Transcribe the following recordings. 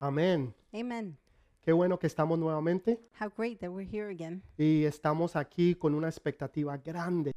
Amén. Amen. Qué bueno que estamos nuevamente How great that we're here again. y estamos aquí con una expectativa grande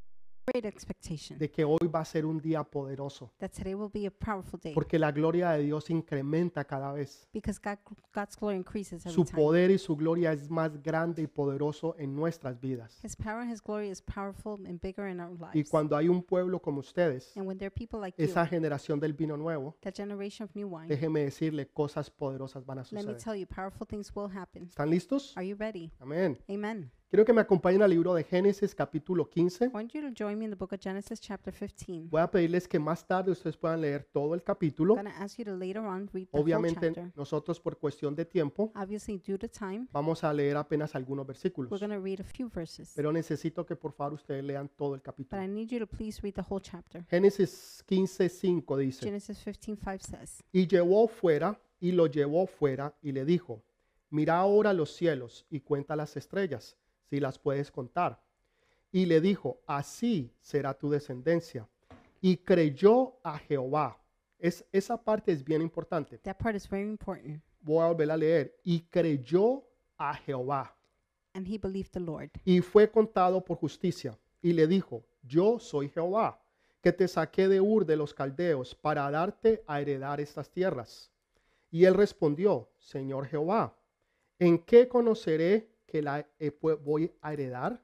Great expectation de que hoy va a ser un día poderoso, that today will be a powerful day porque la gloria de Dios incrementa cada vez. because God, God's glory increases every Su time. poder y su gloria es más grande y poderoso en nuestras vidas. His power and His glory is powerful and bigger in our Y lives. cuando hay un pueblo como ustedes, And when there are people like you, esa generación del vino nuevo, that generation of new wine, déjeme decirle, cosas poderosas van a let me suceder. tell you, powerful things will happen. ¿Están listos? Are you ready? Amén. Amen. Quiero que me acompañen al libro de Génesis capítulo 15. I want you to join me in the book of Genesis, chapter 15. Voy a pedirles que más tarde ustedes puedan leer todo el capítulo. I'm going to ask you to later on read the whole Obviamente chapter. nosotros por cuestión de tiempo Obviously, due to time, vamos a leer apenas algunos we're versículos, going to read a few verses. pero necesito que por favor ustedes lean todo el But I capítulo. need you to please read the whole chapter. Génesis 15:5 dice, Genesis 15:5 says, y llevó fuera y lo llevó fuera y le dijo, mira ahora los cielos y cuenta las estrellas, si las puedes contar. Y le dijo, así será tu descendencia. Y creyó a Jehová. Es, esa parte es bien importante. That part is very important. Voy a volver a leer. Y creyó a Jehová. And he believed the Lord. y fue contado por justicia. Y le dijo, yo soy Jehová, que te saqué de Ur de los Caldeos para darte a heredar estas tierras. Y él respondió, Señor Jehová, ¿en qué conoceré que la he- pue- voy a heredar?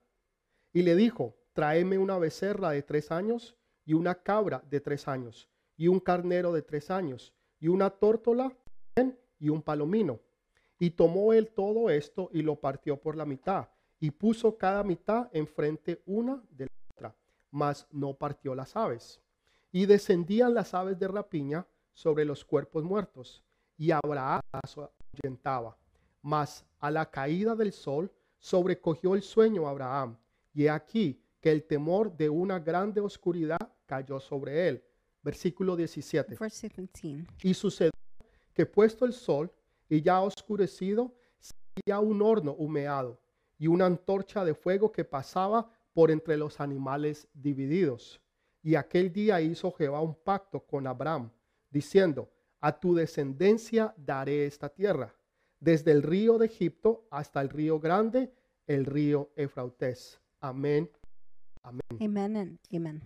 Y le dijo, tráeme una becerra de tres años y una cabra de tres años y un carnero de tres años y una tórtola y un palomino. Y tomó él todo esto y lo partió por la mitad, y puso cada mitad enfrente una de la otra, mas no partió las aves. Y descendían las aves de rapiña sobre los cuerpos muertos, y Abraham las ahuyentaba. Mas a la caída del sol sobrecogió el sueño a Abraham, y he aquí que el temor de una grande oscuridad cayó sobre él. Versículo 17. Verse 17. Y sucedió que puesto el sol y ya oscurecido, seguía un horno humeado y una antorcha de fuego que pasaba por entre los animales divididos. Y aquel día hizo Jehová un pacto con Abraham, diciendo, a tu descendencia daré esta tierra, desde el río de Egipto hasta el río grande, el río Efrautés. Amén. Hmm. Amen and amen.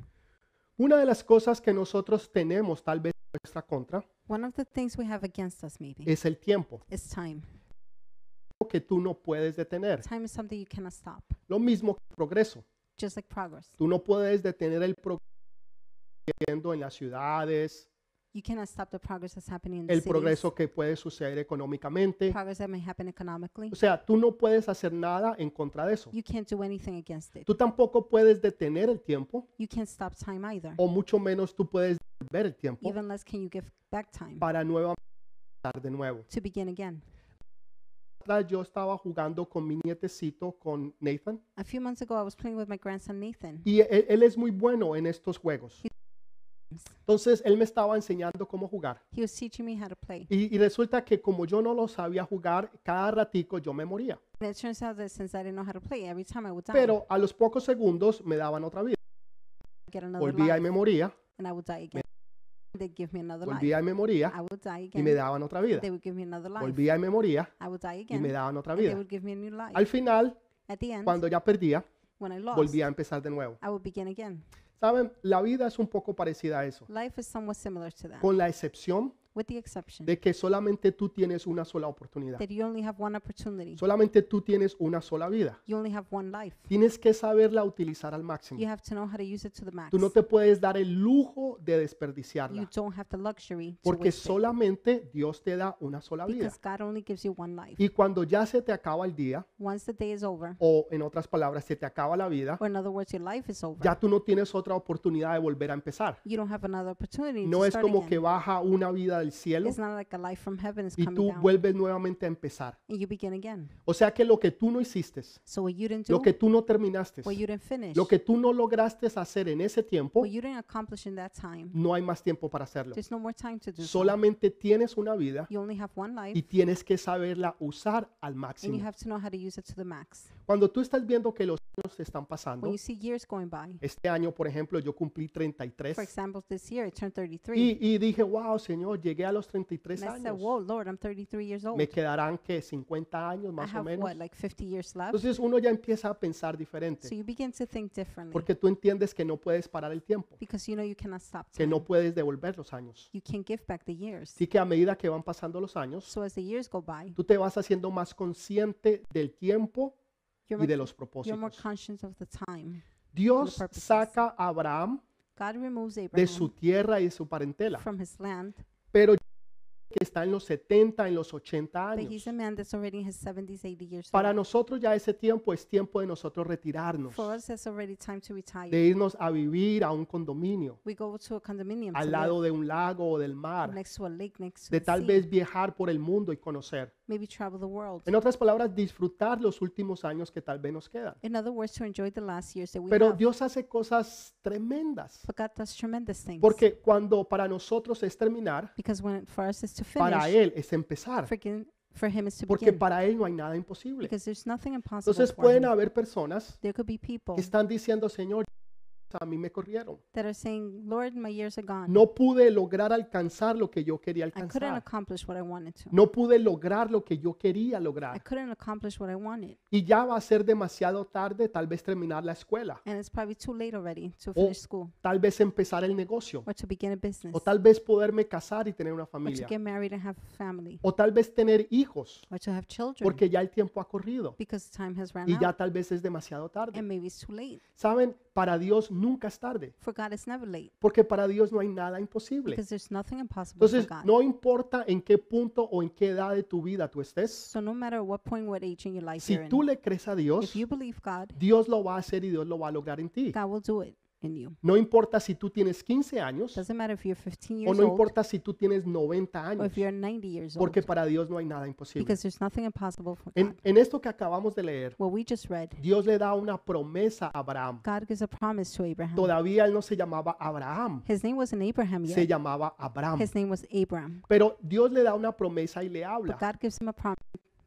Una de las cosas que nosotros tenemos tal vez en nuestra contra One of the things we have against us, maybe, es el tiempo. is time. tiempo que tú no puedes detener. Time is something you cannot stop, Lo mismo que el progreso. just like progress. Tú no puedes detener el progreso en las ciudades, You cannot stop the progress that's happening in the el cities, progreso que puede suceder económicamente. progress that may happen economically. O sea, tú no puedes hacer nada en contra de eso. You can't do anything against it. Tú tampoco puedes detener el tiempo, You can't stop time either. o mucho menos tú puedes devolver el tiempo Even less can you give back time para nuevamente estar de nuevo. to begin again. Atrás Yo estaba jugando con mi nietecito, con Nathan, A few months ago, I was playing with my grandson Nathan. y e, él, él es muy bueno en estos juegos. Entonces, él me estaba enseñando cómo jugar. He was teaching me how to play. Y, y resulta que como yo no lo sabía jugar, cada ratico yo me moría. And it turns out that since I didn't know how to play, every time I would die, Pero a los pocos segundos me daban otra vida. I'd get another Volvía y life, me moría, and I would die again. They'd give me another life. volvía y me moría I would die y me again. daban otra vida. They would give me another life. Volvía y me moría I would die y again. me daban otra and they vida. would give me a new life. Al final, At the end, cuando ya perdía, when I lost, volvía a empezar de nuevo. I would begin again. Saben, la vida es un poco parecida a eso, Life is somewhat similar to that, con la excepción with the exception de que solamente tú tienes una sola oportunidad. that you only have one opportunity. Solamente tú tienes una sola vida. You only have one life. Tienes que saberla utilizar al You máximo. have to know how to use it to the max. Tú no te puedes dar el lujo de desperdiciarla. you don't have the luxury to Porque waste it, solamente Dios te da una sola vida. because God only gives you one life. Y cuando ya se te acaba el día, Once the day is over, o en otras palabras, se te acaba la vida, or in other words, your life is over, ya tú no tienes otra oportunidad de volver a empezar. you don't have another opportunity No to es start como que again. baja una vida del cielo It's not like a life from heaven is y coming tú down, vuelves nuevamente a empezar. and you begin again. O sea que lo que tú no hiciste, So what you didn't do, lo que tú no terminaste, what you didn't finish, lo que tú no lograste hacer en ese tiempo, what you didn't accomplish in that time, no hay más tiempo para hacerlo. There's no more time to do so. Solamente tienes una vida You only have one life, y tienes que saberla usar al and you máximo. have to know how to use it to the max. Cuando tú estás viendo que los años están pasando. when you see years going by. Este año, por ejemplo, yo cumplí For 33 example, this year I turned 33. y, y dije, wow, Señor, llegué a los 33 And I said, años. Whoa, Lord, I'm 33 years old. Me quedarán que 50 años I más o have menos. what, like 50 years left? Entonces uno ya empieza a pensar So diferente you begin to think differently porque tú entiendes que no puedes parar el tiempo, because you know you cannot stop que time. no puedes devolver los años. You can give back the years. Así que a medida que van pasando los años, So as the years go by, tú te vas haciendo más consciente del tiempo you're y de more, los you're more propósitos. conscious of the time. Dios purposes. saca a Abraham God removes de su Abraham tierra y de su parentela, from his land, pero que está en los 70, en los 80 but años. he's a man that's already in his 70s, 80 years Para old. nosotros ya ese tiempo es tiempo de nosotros retirarnos, For us, that's already time to retire. de irnos a vivir a un condominio, We go to a condominium to al live lado de un lago o del mar, next to a lake, next to de the tal sea, vez viajar por el mundo y conocer. maybe travel the world. En otras palabras, disfrutar los últimos años que tal vez nos quedan. In other words, to enjoy the last years that we Pero have. Dios hace cosas tremendas, But God does tremendous things. porque cuando para nosotros es terminar, Because when for us is to para finish, Él es empezar, for, gin- for Him is to porque begin. para Él no hay nada imposible. Because there's nothing impossible Entonces for pueden Him. haber personas There could be people que están diciendo, Señor, a mí me corrieron. that are saying, Lord, my years are gone. No pude lograr alcanzar lo que yo quería I couldn't alcanzar. accomplish what I wanted to. No pude lograr lo que yo quería I lograr. couldn't accomplish what I wanted. Y ya va a ser demasiado tarde tal vez terminar la escuela, And it's probably too late already to Oh. finish school tal vez empezar el negocio, or to begin a business o tal vez poderme casar y tener una or to familia, get married and have a family o tal vez tener hijos, or to have children porque ya el tiempo ha corrido because time has ran y ya out tal vez es demasiado tarde. and maybe it's too late. Saben, para Dios nunca es tarde, For God, it's never late porque para Dios no hay nada imposible. because there's nothing impossible for Entonces, God. no importa en qué punto o en qué edad de tu vida tú estés, So no matter what point, what age in your life si you're in, tú le crees a Dios, if you believe God, Dios lo va a hacer y Dios lo va a lograr en ti. God will do it in you. No importa si tú tienes 15 años Doesn't matter if you're 15 o years no old importa si tú tienes 90 or años, if you're 90 years old porque para Dios no hay nada imposible. because there's nothing impossible for God. En, en esto que acabamos de leer, What we just read, Dios le da una promesa a Abraham. God gives a promise to Abraham. Todavía él no se llamaba Abraham, His name wasn't Abraham se yet. llamaba Abraham. His name was Abram. Pero Dios le da una promesa y le habla. But God gives him a promise.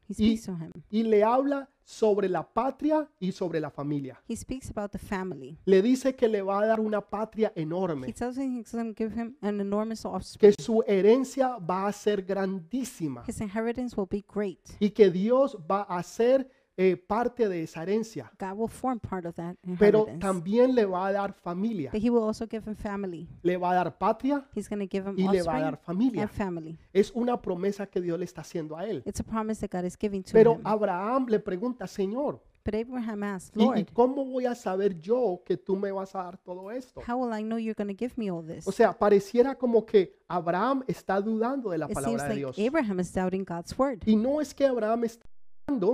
He speaks to him. Y le habla sobre la patria y sobre la familia. He speaks about the family. Le dice que le va a dar una patria He enorme, tells him he's going to give him an enormous offspring. que su herencia va a ser grandísima His inheritance will be great. y que Dios va a ser eh, parte de esa herencia. God will form part of that Pero inheritance. también le va a dar familia, But he will also give him family. le va a dar patria He's going to give him y le va a offspring dar familia. and family. Es una promesa que Dios le está haciendo a él. It's a promise that God is giving to Pero him. Abraham le pregunta, Señor, But Abraham asked, ¿Y- ¿Y, Lord, cómo voy a saber yo que tú me vas a dar todo esto? how will I know you're going to give me all this? O sea, pareciera como que Abraham está dudando de la It seems palabra de like Dios. Abraham is doubting God's word. Y no es que Abraham está dudando,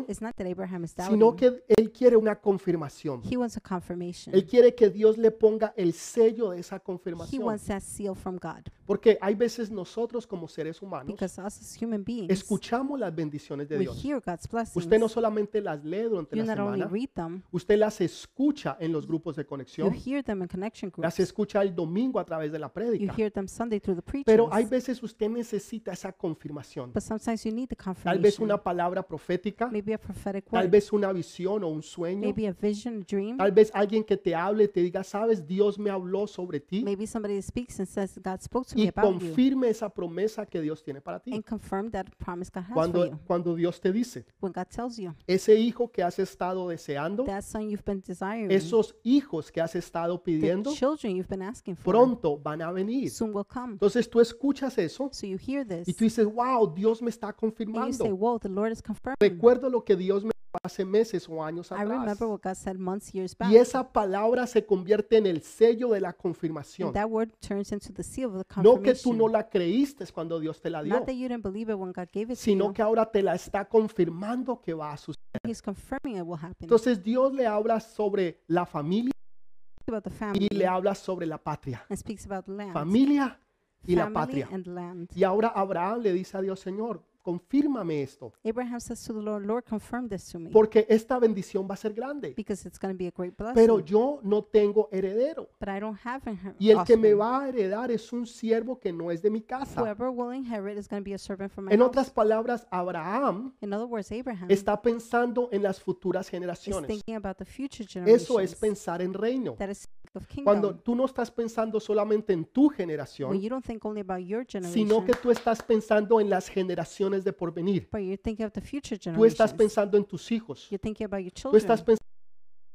It's not that Abraham is sino doubting. que él quiere una confirmación. He wants a confirmation. Él quiere que Dios le ponga el sello de esa He confirmación. wants that seal from God. Porque hay veces nosotros como seres humanos Because us as human beings, escuchamos las bendiciones de we Dios. hear God's blessings. Usted no solamente las lee durante You la not only semana, read them, usted las escucha en los grupos de you conexión, hear them in connection las groups. escucha el domingo a través de la You prédica. hear them Sunday through the preachers. Pero hay veces usted necesita esa confirmación. But sometimes you need the Tal vez confirmation. una palabra profética, Maybe a prophetic tal word. vez una visión o un sueño, Maybe a vision, a dream. tal vez alguien que te hable y te diga, sabes, Dios me habló sobre ti Maybe somebody speaks and says, God spoke to me y about you. confirme esa promesa que Dios tiene para ti. and confirm that promise God has for Cuando, you. cuando Dios te dice, When God tells you ese hijo que has estado deseando, that son you've been desiring, esos hijos que has estado pidiendo, the children you've been asking for, pronto van a venir. soon will come. Entonces tú escuchas eso So you hear this, y tú dices, wow, Dios me está and you say, confirmando. "Whoa, the Lord is confirming." Recuerdo lo que Dios me dijo hace meses o años I atrás. remember what God said months, years back. Y esa palabra se convierte en el sello de la confirmación. and that word turns into the seal of the No confirmation. que tú no la creíste cuando Dios te la dio, Not that you didn't believe it when God gave it to sino you. que ahora te la está confirmando que va a suceder. He's confirming it will happen. Entonces Dios le habla sobre la familia Speaks about the family y le habla sobre la patria. and speaks about land, Familia y la family patria. and land. Y ahora Abraham le dice a Dios, Señor, confírmame esto, Abraham says to the Lord, Lord, confirm this to me porque esta bendición va a ser grande, because it's going to be a great blessing. pero yo no tengo heredero. but I don't have in her. Y el que me va a heredar es un siervo que no es de mi casa. Whoever will inherit is going to be a servant from my En house. otras palabras, Abraham In other words, Abraham está pensando en las futuras is generaciones. thinking about the future generations. Eso es pensar en reino. that is think of kingdom. Cuando tú no estás pensando solamente en tu when generación, you don't think only about your generation, sino que tú estás pensando en las generaciones de porvenir. but you're thinking of the future generations. Tú estás pensando en tus hijos. you're thinking about your Tú children. estás pensando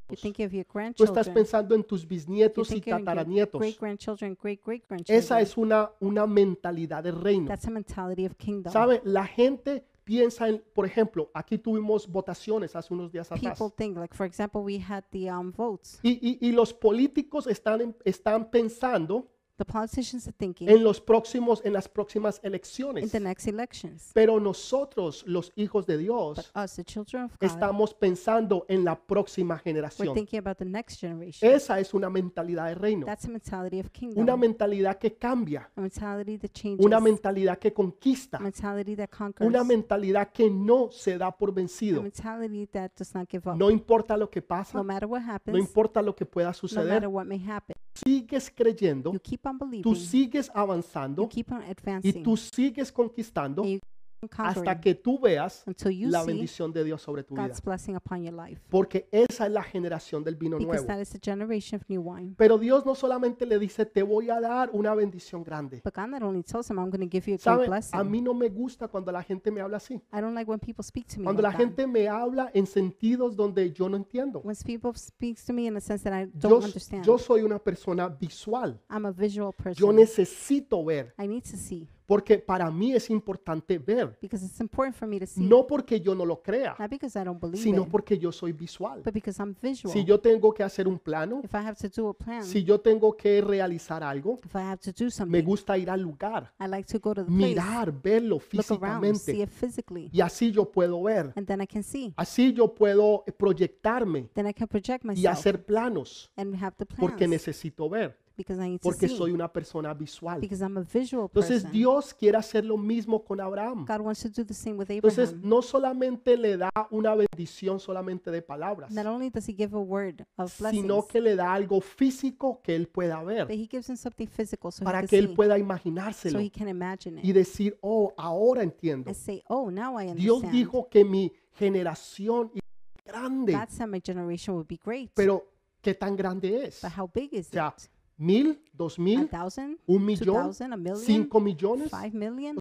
you're thinking of your Tú grandchildren. estás pensando en tus you're bisnietos y thinking of your tataranietos. great grandchildren, great great grandchildren. Esa es una, una mentalidad de reino. That's a mentality of kingdom. ¿Sabe? La gente piensa en, por ejemplo, aquí tuvimos votaciones hace unos días atrás. People think, like for example, we had the um, votes. Y, y- y los políticos están, en- están pensando The politicians are thinking en los próximos, en las próximas in elecciones. the next elections. Pero nosotros, los hijos de But Dios, us, the children of God, estamos pensando en la próxima we're generación. thinking about the next generation. Esa es una mentalidad de reino. That's a mentality of kingdom. Una mentalidad que cambia. a mentality that changes. Una mentalidad que conquista. a mentality that conquers. Una mentalidad que no se da por a vencido. mentality that does not give up. No importa lo que no pasa, matter what happens, no importa lo que pueda no matter suceder, what may happen, sigues creyendo, you keep on believing. tú sigues you avanzando keep on advancing. y tú sigues conquistando and you keep on conquering hasta que tú veas until you la see bendición de Dios sobre tu vida. God's blessing upon your life. Porque esa es la generación del vino Because nuevo. that is the generation of new wine. Pero Dios no solamente le dice, te voy a dar una bendición grande. But God not only tells him, I'm going to give you a great ¿Sabe? blessing. A mí no me gusta cuando la gente me habla así. I don't like when people speak to me Cuando la like that. gente me habla en sentidos donde yo no entiendo. When people speaks to me in a sense that I don't Yo, understand. yo soy una persona visual. I'm a visual person. Yo necesito ver, I need to see porque para mí es importante ver, because it's important for me to see. no porque yo no lo crea, Not because I don't believe sino it, porque yo soy visual. but because I'm visual. Si yo tengo que hacer un plano, if I have to do a plan, si yo tengo que realizar algo, if I have to do me something, gusta ir al lugar, I like to go to the place, mirar, verlo look around, see físicamente, it physically, y así yo puedo ver, and then I can see. así yo puedo eh, proyectarme Then I can project y myself hacer planos, and have the plans porque necesito ver, because I need to porque see. soy una persona visual. because I'm a visual Entonces person. Dios quiere hacer lo mismo con Abraham. God wants to do the same with Abraham. Entonces, no solamente le da una bendición solamente de palabras, Not only does he give a word of blessings, sino que le da algo físico que él pueda but ver, he gives him something physical so para he que can él see, pueda so imaginárselo he can imagine y it decir, oh, ahora entiendo. and say, oh, now I Dios understand. dijo que mi generación es grande, God said my generation would be great, pero ¿qué tan grande es? but O how big is sea, it? mil, dos A mil, thousand? un Two millón, thousand? A million? cinco millones, Five million?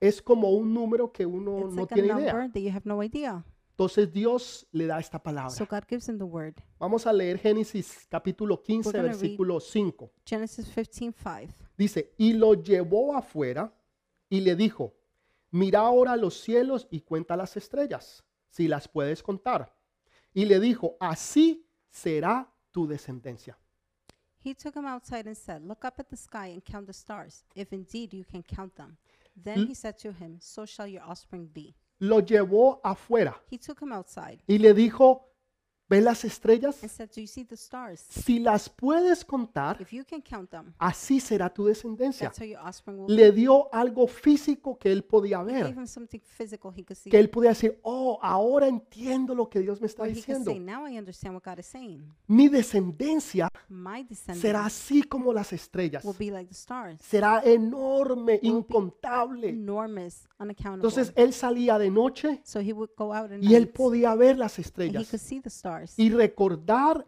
es como un número que uno It's no like a tiene idea. number that you have no idea. Entonces Dios le da esta So palabra. God gives him the word. Vamos a leer Génesis capítulo 15, gonna read- versículo 5. Genesis 15, 5. Dice, y lo llevó afuera y le dijo, mira ahora los cielos y cuenta las estrellas, si las puedes contar. Y le dijo, así será tu descendencia. He took him outside and said, Look up at the sky and count the stars, if indeed you can count them. Then L- he said to him, So shall your offspring be. Lo llevó afuera He took him outside y le dijo, ¿ves las estrellas? and said, Do you see the stars? Si las puedes contar, If you can count them, así será tu descendencia. that's how your offspring will be. Le dio algo físico que él podía He gave ver, him something physical he could see. que él podía decir, oh, ahora entiendo lo que Dios me está Where he could diciendo. say, Now I understand what God is saying. Mi descendencia My será descendants así como las estrellas. will be like the stars, será enorme, be incontable. enormous, unaccountable. Entonces él salía de noche so he would go out and y él night, podía ver las and he estrellas could see the stars y recordar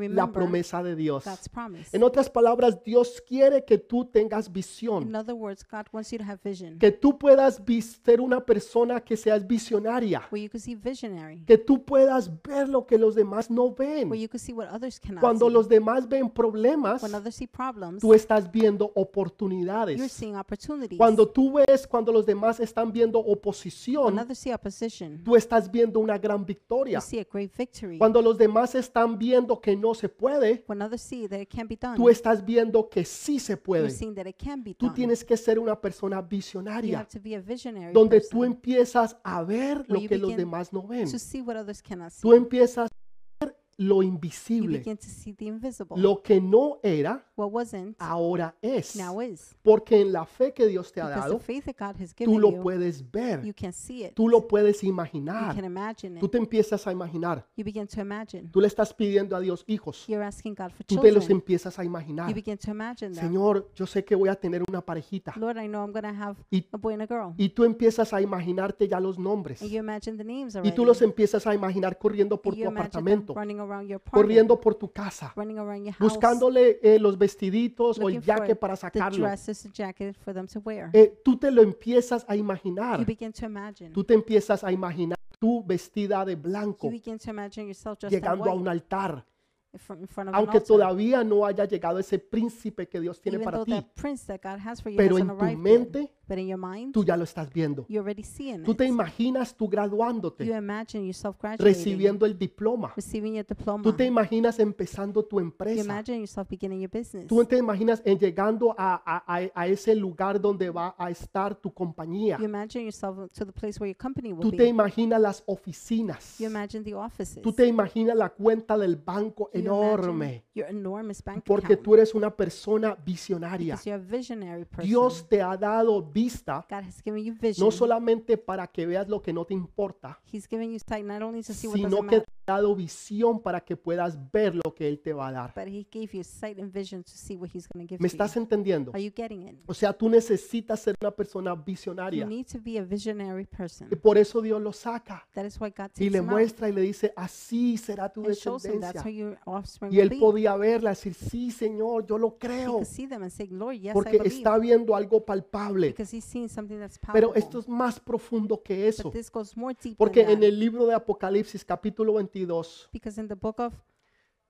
la remember promesa de Dios. God's promise. En otras palabras, Dios quiere que tú tengas In visión, other words, God wants you to have vision, que tú puedas vis- ser una persona que seas visionaria, where you can see visionary, que tú puedas ver lo que los demás no where ven. you can see what others cannot Cuando see. los demás ven problemas, when others see problems, tú estás viendo you're oportunidades. seeing opportunities. Cuando tú ves, cuando los demás están viendo oposición, when others see opposition, tú estás viendo una gran you victoria. see a great victory. Cuando los demás están viendo que no se puede, when others see that it can be done, tú estás viendo que sí se you're puede. seeing that it can be Tú done. tienes que ser una persona you visionaria, have to be a visionary donde person tú empiezas a ver lo you que los begin demás no ven. to see what others cannot see. Tú empiezas a ver lo You invisible. begin to see the invisible. Lo que no era, What wasn't ahora es. now is. Porque en la fe que Dios te ha Because the dado, faith that God has tú given lo you, puedes you ver, can see it. tú lo puedes You can imaginar. imagine Tú it. te empiezas a imaginar. You begin to imagine. Tú le estás pidiendo a Dios hijos. You're asking God for Tú te los children. empiezas a You imaginar. begin to imagine them. Señor, yo sé que voy a tener una parejita. Lord, I know I'm going to have Y, a boy and a girl. y tú empiezas a imaginarte ya los nombres. And you imagine the names Y already. tú los empiezas a imaginar corriendo por And tu you imagine them apartamento, running around your apartment, corriendo por tu casa, running around your house, buscándole eh, los vestiditos o el looking for jaque para the sacarlo. dresses, the jacket for them to wear. Eh, tú te lo empiezas a You imaginar. begin to imagine. Tú te empiezas a imaginar tú vestida de You blanco, begin to imagine yourself just in llegando a white un altar, in fr- in front of an aunque altar. todavía no haya llegado ese príncipe que Dios tiene Even para though ti. that prince that God has for you Pero hasn't en tu arrived yet. mente But in your mind, tú ya lo estás viendo. you're already seeing Tú te it. imaginas tú You graduándote, imagine yourself graduating, recibiendo el diploma. receiving your diploma. Tú te imaginas empezando tu You empresa. imagine yourself beginning your business. Tú te imaginas en llegando a, a- a- a ese lugar donde va a estar tu compañía. You imagine yourself to the place where your company will Tú te be. imaginas las oficinas. You imagine the offices. Tú te imaginas la cuenta del banco You imagine enorme. Your enormous bank Porque account. tú eres una persona visionaria. Because you're a visionary person. Dios te ha dado vista God has given you vision. no solamente para que veas lo que no te importa, He's given you sight not only to see what sino doesn't que matter, te ha dado visión para que puedas ver lo que Él te va a dar. but He gave you sight and vision to see what He's going to give ¿Me to you. estás entendiendo? Are you getting it? O sea, tú necesitas ser una persona You visionaria. need to be a visionary person. Y por eso Dios lo saca. That is why y God takes le him out muestra y le dice, así será tu and shows him descendencia. that's who your offspring Y will él be. podía verla, decir, sí, Señor, yo lo He creo, could see them and say, Lord, yes, I porque believe. está viendo algo palpable. Because he's seen something that's powerful. Pero esto es más profundo que but eso, this goes more deep porque than en that. el libro de Apocalipsis capítulo 22, Because in the book of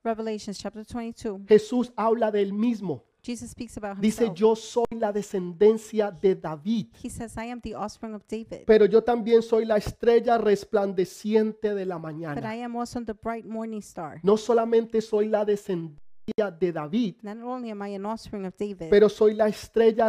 Revelations, chapter 22, Jesús habla del mismo. Jesus speaks about Dice, himself. yo soy la descendencia de David, He says, I am the offspring of David, pero yo también soy la estrella resplandeciente de la but I mañana. am also the bright morning star. No solamente soy la descendencia de David, Not only am I an offspring of David, pero soy la estrella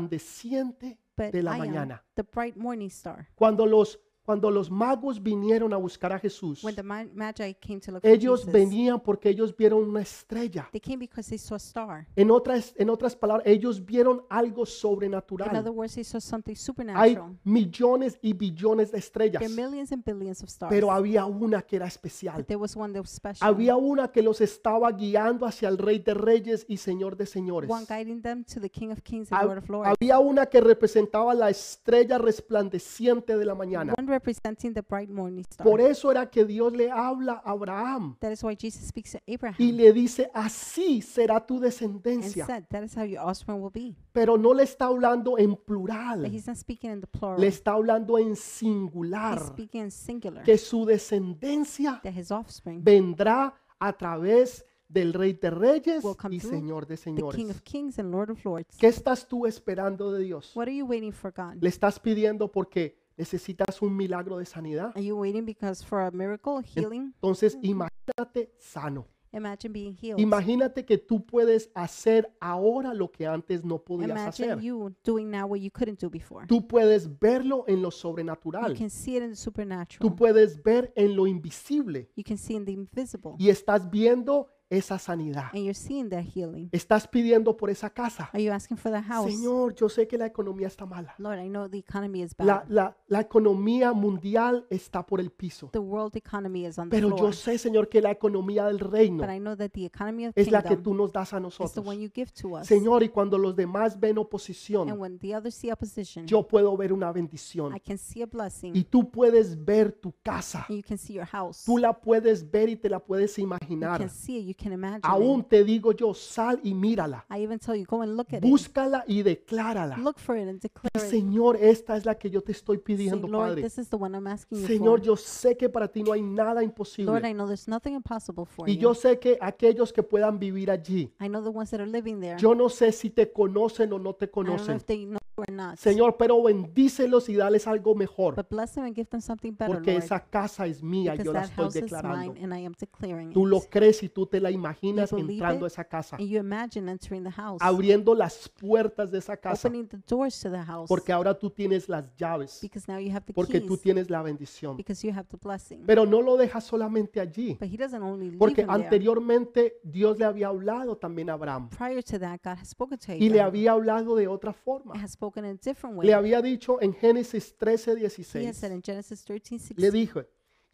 resplandeciente but de la I am mañana. the bright morning star. Cuando los, cuando los magos vinieron a buscar a Jesús, When the ma- Magi came to look ellos for Jesus, venían porque ellos vieron una estrella. they came because they saw a star. En otras, en otras palabras, ellos vieron algo In other sobrenatural. words, they saw something Hay supernatural. millones y billones de estrellas, There are millions and billions of stars, pero había una que era especial. but there was one that was special. Había una que los estaba guiando hacia el Rey de Reyes y Señor de Señores. one guiding them to the King of Kings and Hab- Lord of Lords. Había una que representaba la estrella resplandeciente de la mañana. One representing the bright morning star. Por eso era que Dios le habla a Abraham that is why Jesus speaks to y Abraham le dice, así será tu and descendencia. said, That is how your offspring will be. Pero no le está hablando en But plural, he's not speaking in the plural. le está hablando en He's singular, speaking in singular. que su descendencia That his offspring, vendrá a través del Rey de Reyes Will come y through Señor de the King Señores. of Kings and Lord of Lords. ¿Qué estás tú esperando de Dios? What are you waiting for, God? ¿Le estás pidiendo porque necesitas un milagro de sanidad? Are you waiting because for a miracle, healing? Entonces imagínate sano. Imagine being healed. Imagínate que tú puedes hacer ahora lo que antes no podías Imagine hacer. you doing now what you couldn't do before. Tú puedes verlo en lo You sobrenatural. can see it in the Tú supernatural. puedes ver en lo invisible You can see in the invisible. y estás viendo esa sanidad. And you're seeing that healing. Estás pidiendo por esa casa. Are you asking for the house? Señor, yo sé que la economía está mala. Lord, I know the economy is La, bad. la- la economía mundial está por el piso. The world economy is on the Pero yo floor. sé, Señor, que la economía del reino But I know that the economy of es la que kingdom tú nos das a is the one nosotros. you give to us. Señor, y cuando los demás ven And oposición, when the others see opposition, yo puedo ver una bendición. I can see a blessing. Y tú puedes ver tu casa. and you can see your house. Tú la puedes ver y te la puedes you imaginar. can see it. You can imagine it. Aún te digo yo, sal y mírala. I even tell you, go and look at Búscala y it. declárala. Look for it and declare Y, it. Señor, esta es la que yo te estoy Say, pidiendo, Lord, Padre. this is the one I'm asking you Señor, for. yo sé que para ti no hay nada Lord, imposible. I know there's nothing impossible for Y you. yo sé que aquellos que puedan vivir allí, I know the ones that are living there. yo no sé si te conocen o no te I don't know conocen, if they know you we're not. Señor, pero bendícelos y dales algo mejor, But bless them and give them something better, porque Lord. esa casa es mía, Because yo la that estoy house is mine declarando. and I am declaring Tú lo it. crees y tú te la imaginas You believe entrando a it? esa casa, And you imagine entering the house, abriendo las puertas de esa casa, opening the doors to the house. porque ahora tú tienes las llaves, Because now you have the porque tú keys. tienes la bendición. Because you have the blessing. Pero no lo dejas solamente allí, But he doesn't only leave porque him there. anteriormente Dios le había hablado también a Abraham Prior to that, God has spoken to y le Abraham. había hablado de otra and forma. has spoken in a different Le way. había dicho en Génesis 13, He has 16, said in Genesis 13, le 16, dijo,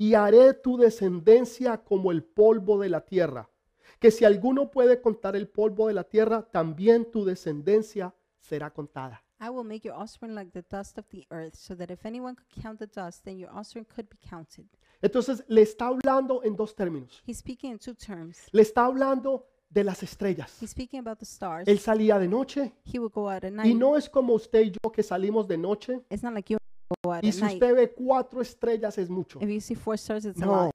y haré tu descendencia como el polvo de la tierra, que si alguno puede contar el polvo de la tierra, también tu descendencia será contada. I will make your offspring like the dust of the earth, so that if anyone could count the dust, then your offspring could be counted. Entonces le está hablando en dos términos. He's speaking in two terms. Le está hablando de las estrellas. He's speaking about the stars. Él salía de noche He will go out at y night. no es como usted y yo que salimos de noche It's not like you go out y at si night. usted ve cuatro estrellas es mucho. If you see four stars, it's a No, lot. No,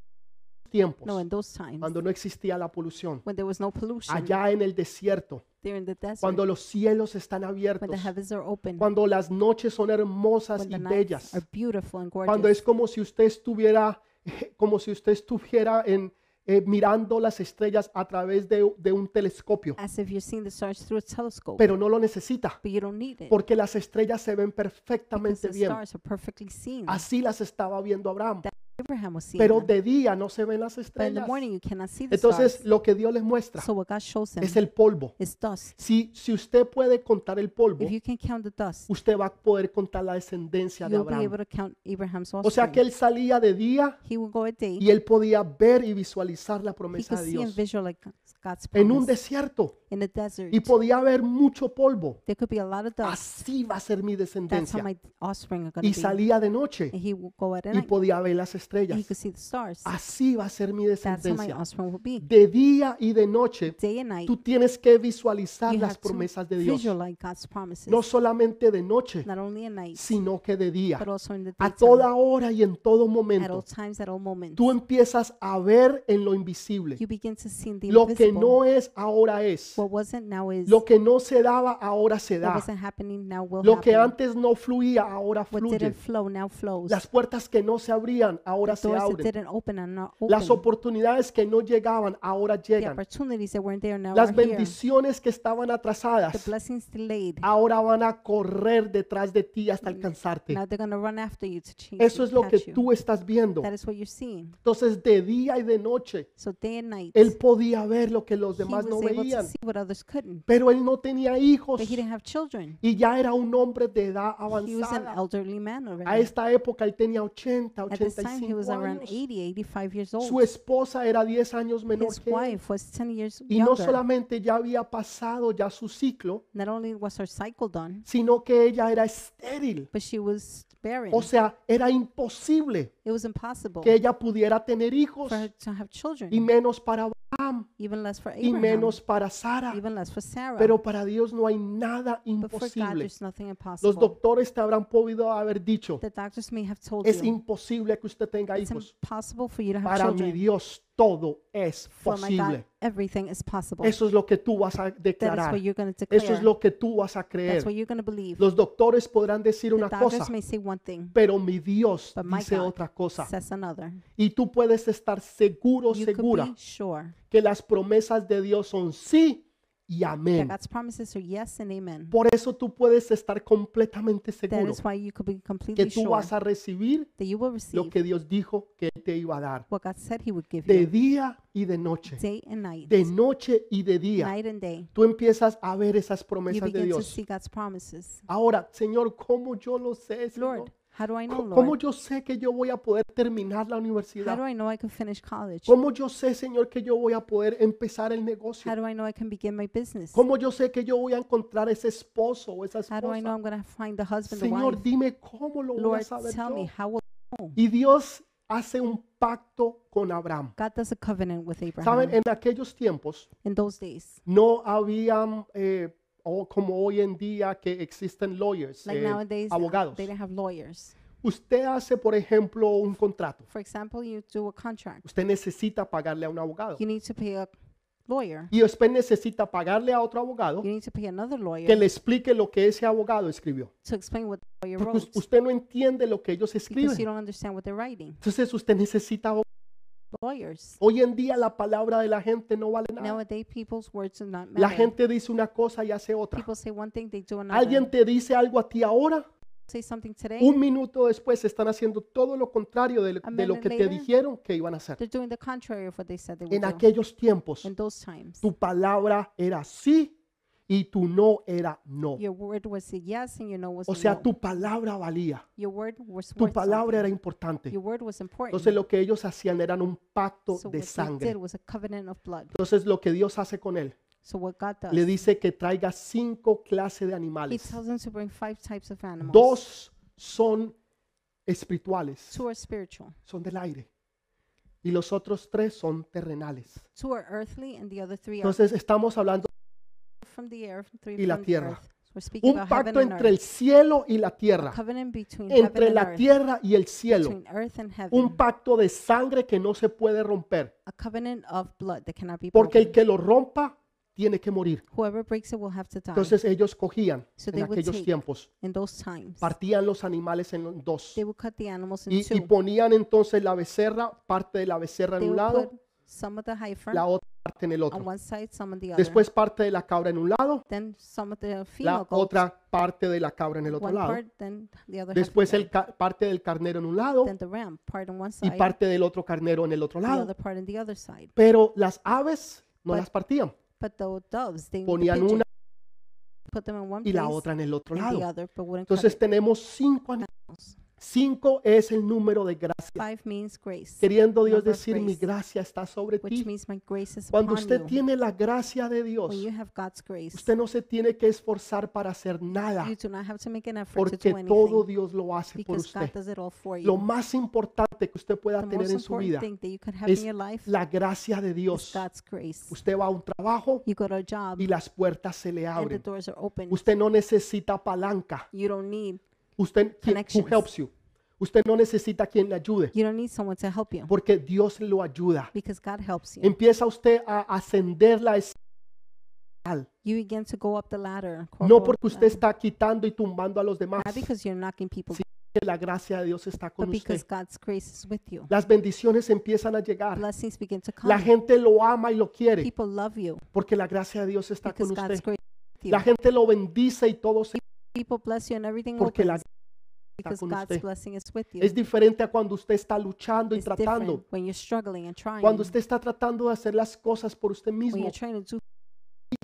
tiempos in those times, cuando no existía la polución, when there was no pollution, allá en el desierto, there in the desert, cuando los cielos están when the abiertos, heavens are open, cuando las noches son hermosas when y the nights bellas, are beautiful and cuando gorgeous, es como si usted estuviera, como si usted estuviera en, eh, mirando las estrellas a través de, de un telescopio, as if you're seeing the stars through a telescope, pero no lo necesita, but you don't need it porque las estrellas se ven because perfectamente the bien. stars are perfectly seen. Así las estaba viendo Abraham, Abraham was seeing pero them. de día no se ven las But in the estrellas. morning you cannot see the Entonces stars. lo que Dios les muestra So what God shows him es el polvo. is dust. Si, si usted puede contar el polvo, If you can count the dust, usted va a poder contar la descendencia de you'll be able Abraham. to count Abraham's O sea offspring. que él salía de día he will go a day. y él podía ver y visualizar la he promesa could de see and Dios visualize God's en un promise desierto in the desert. y podía ver mucho polvo. there could be a lot of dust. Así va a ser mi That's how descendencia. my offspring are going Y to be. salía de noche And he will go out at y night. podía ver las and he estrellas. could see the stars. Así va a ser mi That's how my descendencia. offspring will be. De día y de noche Day and night, tú tienes que visualizar you las have to promesas de Dios. visualize God's promises. No solamente de noche, not only at night, sino que de día. but also in the A daytime. toda hora y en todo at all momento times, at all moments. tú empiezas a ver en lo invisible. you begin to see in the Lo que invisible. no es ahora es. What wasn't now is. Lo que no se daba ahora se what da. wasn't happening now will Lo que happen. antes no fluía ahora what fluye. didn't flow now flows. Las puertas que no se abrían ahora Doors se that abren. didn't open are now Las open. oportunidades que no llegaban ahora The llegan. opportunities that weren't there now Las are here. The bendiciones que estaban atrasadas blessings delayed. ahora van a correr detrás de ti hasta alcanzarte. Now they're gonna run after you to change Eso you, es lo que catch you. tú estás viendo. That is what you're seeing. Entonces, de día y de noche, So day and night, él podía ver lo que los he demás was no able to veían. see what others couldn't. Pero él no tenía hijos But he didn't have children. y ya era un hombre de edad He was an avanzada. elderly man A already. esta época él tenía 80, At this time, he was 85 around años. 80, 85 years Su old. esposa era 10 años menor His que él. wife was 10 years Y no younger. solamente ya había pasado ya su ciclo, Not only was her cycle done, sino que ella era estéril. but she was barren. O sea, era imposible It was impossible que ella pudiera tener hijos for her uh, to have y children, menos para Abraham even less for y Abraham, menos para Sara. even less for Sarah. Pero para Dios no hay nada But for God, imposible. there's nothing Los impossible. doctores te habrán podido haber dicho, The doctors may have told es you imposible que usted tenga it's hijos. impossible for you to have Para mi children. Dios todo es For my God, posible. everything is possible. Eso es lo que tú vas a That is declarar. what you're going to Eso es declare. lo que tú vas a That's creer. what you're going to believe. Los doctores podrán decir The una cosa, doctors may say one thing, pero mi Dios but my dice God otra cosa. says another. Y tú puedes estar seguro, You could segura, be sure que las promesas de Dios son sí y that amén. God's promises are yes and amen. Por eso tú puedes estar completamente That seguro is why you could be que completely tú sure vas a recibir that you will lo receive que Dios dijo que Él te iba a dar. what God said He would give De you día y de noche. day and night, De noche y de día. night and day. Tú empiezas a ver esas You promesas de begin to Dios. see God's promises. Ahora, Señor, ¿cómo yo lo sé, Señor? Lord, how do I know, Co- ¿Cómo Lord? yo sé que yo voy a poder terminar la How do universidad? I know I can finish college? ¿Cómo yo sé, Señor, que yo voy a poder empezar el negocio? How do I know I can begin my business? ¿Cómo yo sé que yo voy a encontrar ese esposo o esa How do I esposa? know I'm going to find the husband, the wife? Señor, dime cómo lo voy a Lord, saber tell me yo. how will Y Dios hace un pacto con Abraham. God does a covenant with Saben, Abraham en aquellos tiempos in those days. no habían eh, o como hoy en día que existen lawyers, Like eh, nowadays, uh, abogados. they didn't have lawyers. Usted hace, por ejemplo, un contrato. For example, you do a contract. Usted necesita pagarle a un abogado. You need to pay a lawyer. Y después necesita pagarle a otro abogado You need to pay another que lawyer le explique lo que ese abogado escribió. to explain what the lawyer Porque us- wrote usted no entiende lo que ellos because you escriben. don't understand what they're writing. Entonces usted necesita abogados. Lawyers. Hoy en día la palabra de la gente no vale nada. Nowadays, people's words do not La matter. gente dice una cosa y hace otra. People say one thing, they do another. Alguien te dice algo a ti ahora, Say something today, un minuto después están haciendo todo lo contrario de, lo- A de lo que te minute later. dijeron que iban a hacer. they're doing the contrary of what they said they En would do. aquellos tiempos, In those times, tu palabra era sí y tu no era no. your word was a yes and your no was O a sea, no. tu palabra valía, Your word was tu worth palabra something. era importante. Your word was important. Entonces lo que ellos hacían eran un pacto So de what they did sangre. was a covenant of blood. Entonces lo que Dios hace con él, So what God does, le dice que traiga cinco clases de He animales. tells them to bring five types of animals. Dos son espirituales, Two are spiritual. son del aire. Y los otros tres son terrenales. Two are earthly, and the other three are Entonces estamos hablando from the air, three y la from tierra. the earth. So we're speaking un about pacto heaven and entre earth. el cielo y la tierra, Covenant between entre heaven la and earth. tierra y el cielo. Between earth and heaven. Un pacto de sangre que no se puede romper, a covenant of blood that cannot be porque broken. el que lo rompa tiene que morir. Whoever breaks it will have to die. Entonces ellos cogían So en they would aquellos take- tiempos, in those times, partían los animales en dos they will cut the animals in y, two. y ponían entonces la becerra, parte de la becerra they en un will lado, put some of the heifer la otra parte en el on otro. one side, some on the other. Después parte de la cabra en un lado, then some of the female la goat, otra parte de la cabra en el otro one lado. part, then the other half of Después the el ca- parte del carnero en un lado ram. then the ram, part on one y side, parte del otro carnero en el otro the lado. other part on the other side. Pero las aves no But- las partían. But the doves, they the Ponían pigeon, una put them in one y place la otra en el otro and the lado. other, but wouldn't cut Entonces it. tenemos cinco animales. Cinco es el número de gracia. Five means grace, Queriendo Dios number of decir, mi grace, gracia está sobre which ti. means my grace is Cuando upon usted you. tiene la gracia de Dios, when you have God's grace, usted no se tiene que esforzar para hacer nada, you do not have to make an effort to porque do todo anything Dios lo hace por because God usted. does it all for you. Lo más importante que usted pueda the tener most en su important vida thing that you could have es in your life la gracia de is Dios. God's grace. Usted va a un trabajo You go to a job y las puertas se le and the abren. doors are open. Usted no necesita palanca. You don't need Usted quien who Connections. helps you. Usted no necesita quien le ayude, you don't need someone to help you porque Dios lo ayuda. because God helps you. Empieza usted a ascender la escala, You begin to go up the ladder. no corporal porque usted ladder. está quitando y tumbando a los demás, not because you're knocking people, Sí, que la gracia de Dios está but con because usted. God's grace is with you. Las bendiciones empiezan a llegar. Blessings begin to come. La gente lo ama y lo quiere, people love you porque la gracia de Dios está because con God's usted. grace is with La you. gente lo bendice y todo se People bless you and everything porque la opens because con God's usted. blessing is with you. es diferente a cuando usted está luchando y It's different tratando, when you're struggling and trying. cuando usted está tratando de hacer las cosas por usted when mismo you're trying to do,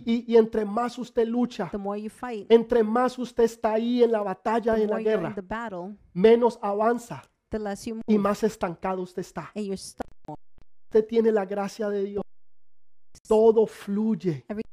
y, y entre más usted lucha, the more you fight, entre más usted está ahí en la batalla, the en more la you're in guerra, the battle, menos avanza the less you move y más estancado usted está. and you're stuck. Usted tiene la gracia de Dios. Todo fluye. Every-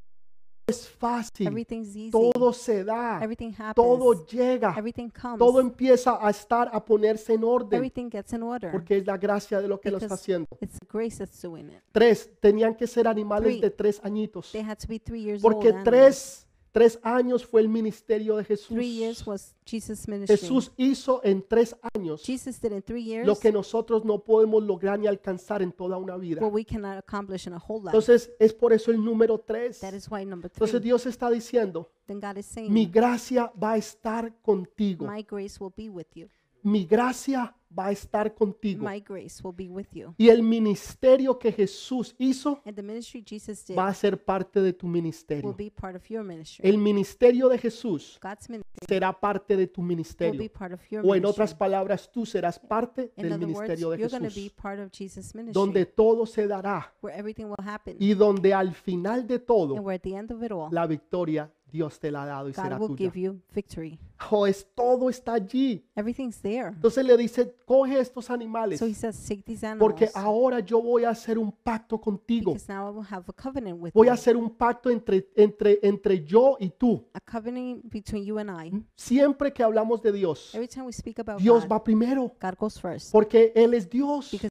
Es fácil. Everything's easy. Todo se da. Everything happens. Ah. Todo llega. Everything comes. Todo empieza a estar, a ponerse en orden. Everything gets in order. Porque es la gracia de lo que lo está Because- haciendo. It's the grace that's doing it. Tres, tenían que ser animales Three. de tres añitos. They had to be three years old. Porque animals. tres, tres años fue el ministerio de Three years Jesús. was Jesus' ministry. Jesús hizo en tres años Jesus did in three years lo que nosotros no podemos lograr ni alcanzar en toda una vida. what we cannot accomplish in a whole life. Entonces es por eso el número tres. that is why number three. Entonces Dios está diciendo, then God is saying, mi gracia va a estar contigo. My grace will be with you. Mi gracia va a estar contigo. My grace will be with you. Y el ministerio que Jesús hizo And the ministry Jesus did va a ser parte de tu will ministerio. be part of your ministry. El ministerio de Jesús God's ministry será parte de tu will be ministerio. part of your O en ministry. otras palabras, tú serás parte In del other words, ministerio de you're going to be Jesús, part of Jesus' donde ministry, todo se dará where everything will happen, y donde al final de todo and where at the end of it all, la victoria Dios te la ha dado y será God will tuya. give you victory. Oh, es todo está allí. Everything's there. Entonces le dice, coge estos animales So he says, take these porque animals, ahora yo voy a hacer un pacto contigo. because now I will have a covenant with Voy a you, hacer un pacto entre entre entre yo y tú. a covenant between you and I. Siempre que hablamos de Dios, Every time we speak about Mm. Dios God, va primero God goes first. porque él es Dios. Because-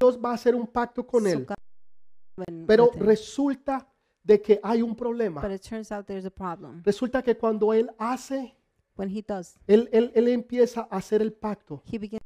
Dios va a hacer un pacto con So él, God will covenant pero with him. resulta de que hay un but problema. it turns out there's a problem. Resulta que cuando él hace, When he does, él él, él empieza a hacer el pacto he begins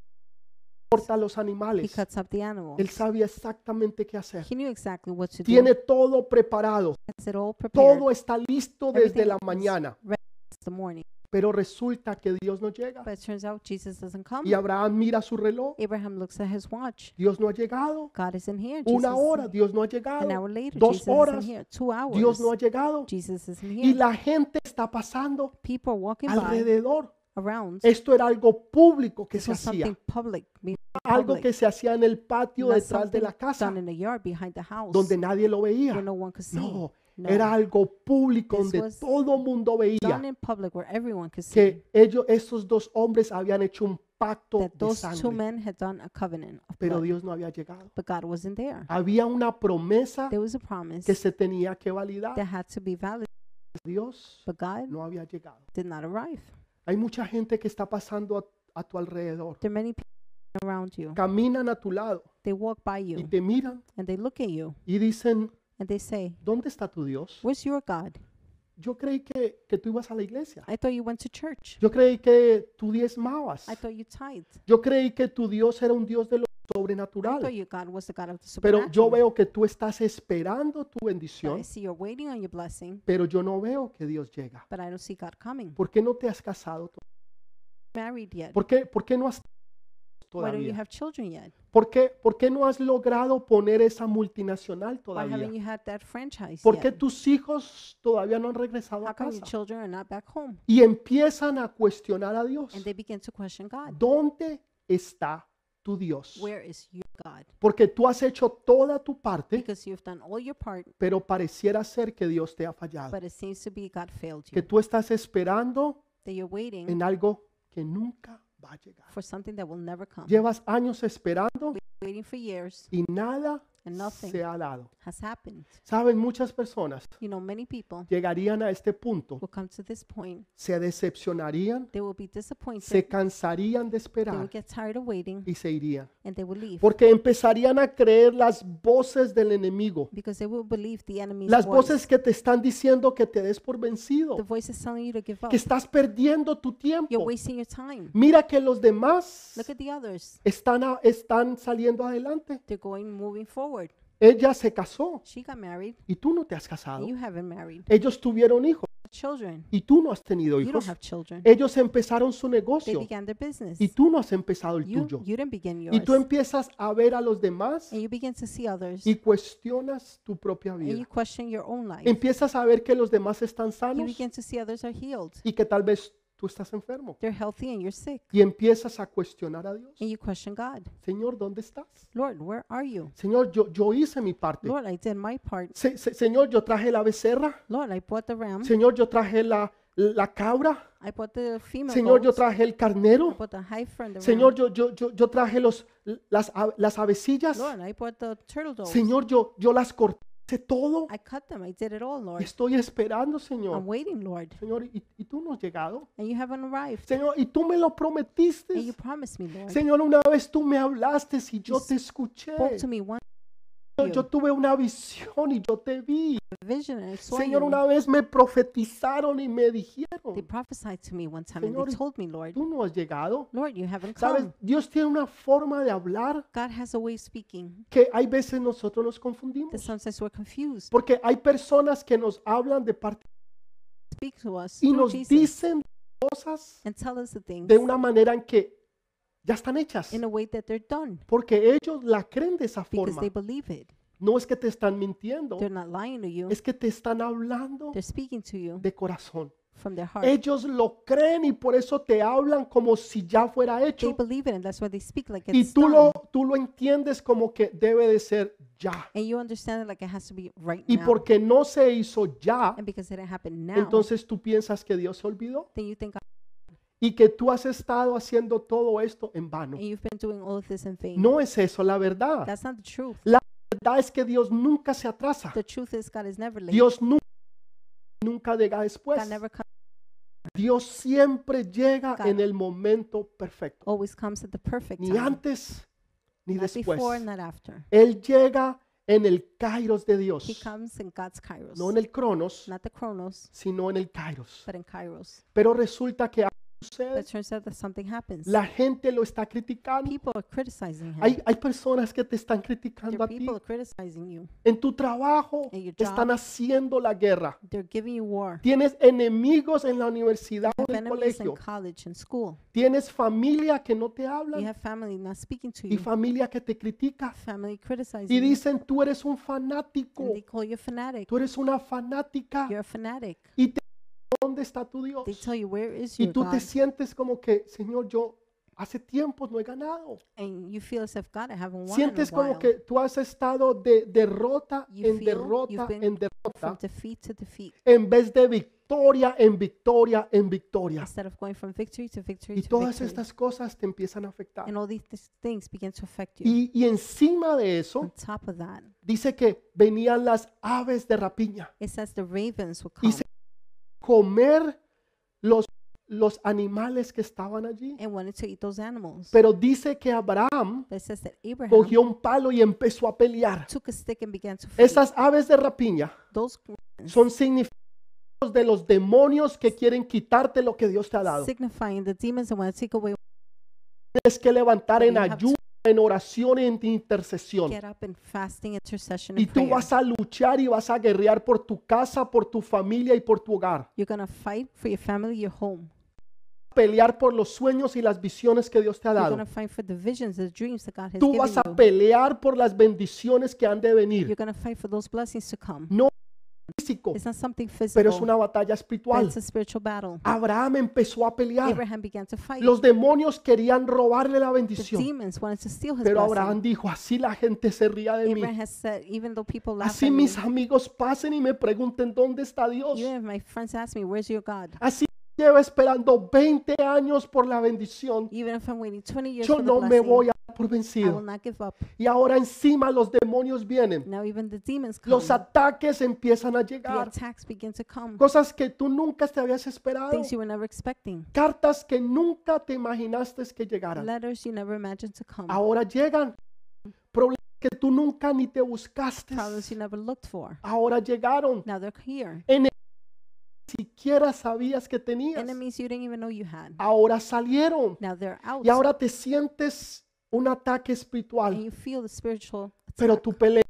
corta los He animales. cuts up the animal. Él sabía exactamente qué hacer. He knew exactly what to do. Tiene todo preparado. Has it all prepared. Todo está listo desde Everything la was mañana. ready since the morning. Pero resulta que Dios no llega. But it turns out Jesus doesn't come. Y Abraham mira su reloj. Abraham looks at his watch. Dios no ha llegado. God isn't here. Jesus Una isn't hora, Dios no ha An hour llegado. later, Dos Jesus horas, isn't here. Two hours, Dios no ha llegado. Jesus isn't Y here. la gente está pasando People are walking by, alrededor. around. Esto era algo público que This se was something hacía. public, being Algo public, que se hacía en el patio not detrás de la something casa, done in the yard behind the house, donde nadie lo where veía. no one could see. No, No. era algo público This donde was todo mundo done veía in public, where everyone could see que ellos, esos dos hombres habían hecho un pacto that de those two sangre, men had done a covenant of pero blood, Dios no había llegado. but God wasn't there. Había una promesa There was a promise Ah, que se tenía que validar. that had to be valid, Dios but God no había llegado. did not arrive. Hay mucha gente que está pasando a, a tu alrededor. There are many people around you. Caminan a tu lado They walk by y you te miran and they look at you y dicen, and they say, ¿dónde está tu Dios? "Where's your God? Yo creí que, que tú ibas a la iglesia. I thought you went to church. Yo creí que tú diezmabas. I thought you tithed." Yo creí que tu Dios era un Dios de lo I thought sobrenatural. your God was the God of the Pero yo supernatural. veo que tú estás esperando tu But I bendición, see you're waiting on your blessing, pero yo no veo que Dios llega. but I don't see God coming. ¿Por qué no te has casado? to- Married yet? ¿Por qué, por qué no has Why don't you todavía? have children yet? ¿Por qué, por qué no has logrado poner esa multinacional Why haven't todavía? you had that franchise ¿Por qué yet? tus hijos todavía no han regresado How a come your casa? children are not back home? Y empiezan a cuestionar a Dios. And they begin to question God. ¿Dónde está tu Dios? Where is your God? Porque tú has hecho toda tu parte, Because you've done all your part, pero pareciera ser que Dios te ha fallado. but it seems to be God failed que you. tú estás esperando That you're waiting en algo que nunca va a llegar. for something that will never come. Llevas años esperando Waiting for years y nada And nothing. se ha dado. has happened. Saben, muchas personas You know, many people llegarían a este punto, will come to this point. se decepcionarían, They will be disappointed. se cansarían de They will esperar get tired of waiting y se irían. and they will leave. Porque empezarían a creer las voces del enemigo, Because they will believe the enemy's las voice. voces que te están diciendo que te des por vencido, The voice is telling you to give up. que estás perdiendo tu You're tiempo. wasting your time. Mira que los demás Look at the others. están, a- están saliendo adelante. They're going moving forward. Ella se casó She got married, y tú no te has and casado. you haven't married. Ellos tuvieron hijos Children, y tú no has tenido you don't Eh, hijos. have children. Ellos empezaron su They negocio began their business. y tú no has empezado el You tuyo. you didn't begin Y yours. tú empiezas a ver a los demás And you begin to see others, y cuestionas tu propia and you vida. question your own life. Empiezas a ver que los demás están You sanos begin to see others are healed. y que tal vez tú estás enfermo. They're healthy, and you're sick. Y empiezas a cuestionar a Dios. And you question God. Señor, ¿dónde estás? Lord, where are you? Señor, yo, yo hice mi parte. Lord, I did my part. Se- se- señor, yo traje la becerra. Lord, I bought the ram. Señor, yo traje la, la cabra. I bought the female Señor, yo goats. traje el I carnero. bought the heifer and the Señor, ram. yo, yo, yo, yo traje los, las, a- las avecillas. Lord, I bought the turtle doves. Señor, yo, yo las corté todo. I cut them. I did it all, Lord. Estoy esperando, I'm Señor. waiting, Lord. Señor, y, y tú no has llegado. And you haven't arrived. Señor, y tú me lo And you prometiste. promised me, Lord. Señor, una vez tú me hablaste y yo te escuché. Spoke to me once. Yo, yo tuve una visión y yo te vi. Vision and I saw Señor, you. una vez me profetizaron y me They dijeron, prophesied to me one time and Señor, they told me, Lord, tú no has llegado. Lord, you haven't Sabes, come. Dios tiene una forma de hablar God has a way of speaking que hay veces nosotros nos confundimos. that sometimes we're confused. Porque hay personas que nos hablan de parte Speak to us y through nos Jesus dicen cosas and tell us the things de una manera en que ya están hechas. in a way that they're done Porque ellos la creen de esa because forma. they believe it. No es que te están mintiendo, They're not lying to you. es que te están hablando They're speaking to you de corazón. from their heart. Ellos lo creen y por eso te hablan como si ya fuera They hecho. believe it and that's why they speak like Y it's tú lo, done. tú lo entiendes como que debe de ser ya. And you understand it like it has to be right Y now. porque no se hizo ya, And because it didn't happen now, entonces tú piensas que Dios se olvidó then you think, "Oh, y que tú has estado haciendo todo esto en vano. and you've been doing all of this in vain. No es eso la verdad. That's not the truth. La verdad es que Dios nunca se atrasa. The truth is God is never late. Dios nu- nunca llega después. God never comes, Dios siempre llega God- en el momento perfecto. always comes at the perfect Ni time. antes ni Not después. before, not after. Él llega en el kairos de He Dios. comes in God's kairos. No en el cronos, not the chronos, sino en el kairos. but in kairos. Pero resulta que hay sucede? But turns out that something happens. La gente lo está criticando. Pues, People are criticizing him. Hay, hay personas que te están There criticando are a ti. people criticizing you. En tu trabajo In your te están haciendo la guerra. They're giving you war. Tienes enemigos en la universidad o You en el have enemies in colegio. college and school. Tienes familia que no te You hablan have family not speaking to y you. familia que te critica. Family criticizing Y you. dicen, tú eres un fanático, And they call you a fanatic. tú eres una fanática. You're a fanatic. Y te ¿dónde está tu Dios? They tell you where is Y your tú te God, sientes como que, Señor, yo hace tiempo no he ganado. and you feel as if God, I haven't won in a Sientes como while. que tú has estado de derrota You en feel derrota you've been en From derrota defeat to defeat, en vez de victoria en victoria en victoria. instead of going from victory to victory Y to todas victory, estas cosas te empiezan a afectar. and all these th- things begin to affect you. Y, y encima de On eso, top of that, dice que venían las aves de rapiña it says the ravens will y come se comer los, los animales que estaban allí. and wanted to eat those animals. Pero dice que Abraham But it says that Abraham cogió un palo y empezó a pelear. took a stick and began to fight. Esas aves de rapiña Those son significados de los demonios que quieren quitarte lo que Dios te ha dado. signifying the demons that want to take away, Tienes que levantar en You have to- ayuno, en oración, en intercesión. get up and fasting, intercession, Y and tú prayer. vas a luchar y vas a guerrear por tu casa, por tu familia y por tu hogar. You're gonna fight for your family, your home. Pelear por los sueños y las visiones que Dios te ha You're dado. gonna fight for the visions, the dreams that God has Tú given vas a you. pelear por las bendiciones que han de venir. You're going to fight for those blessings to come. Físico, It's not something pero physical. es una batalla but espiritual. It's a spiritual battle. Abraham empezó a pelear. Abraham began to fight. Los demonios querían robarle la the bendición. demons wanted to steal his Pero Abraham blessing. dijo, así la gente se ría de mí. Abraham has said, even though people laugh Así at me, mis amigos pasen y me pregunten dónde está Dios. even if my friends ask me, where's your God? Así llevo esperando 20 años por la bendición. Even if I'm waiting 20 years Yo for the no me blessing, voy a dar por I will vencido. not give up. Y ahora encima los demonios vienen. Now even the demons come. Los ataques empiezan a the llegar. attacks begin to come. Cosas que tú nunca te habías esperado. Things you were never expecting. Cartas que nunca te imaginaste que llegaran. Letters you never imagined to come. Ahora llegan. Problemas que tú nunca ni te buscaste. Problems you never looked for. Ahora llegaron. Now they're here. Ni siquiera sabías que tenías. Enemies you didn't even know you had. Ahora salieron. Now they're out. Y ahora te sientes un ataque and espiritual. you feel the spiritual Pero tú peleas.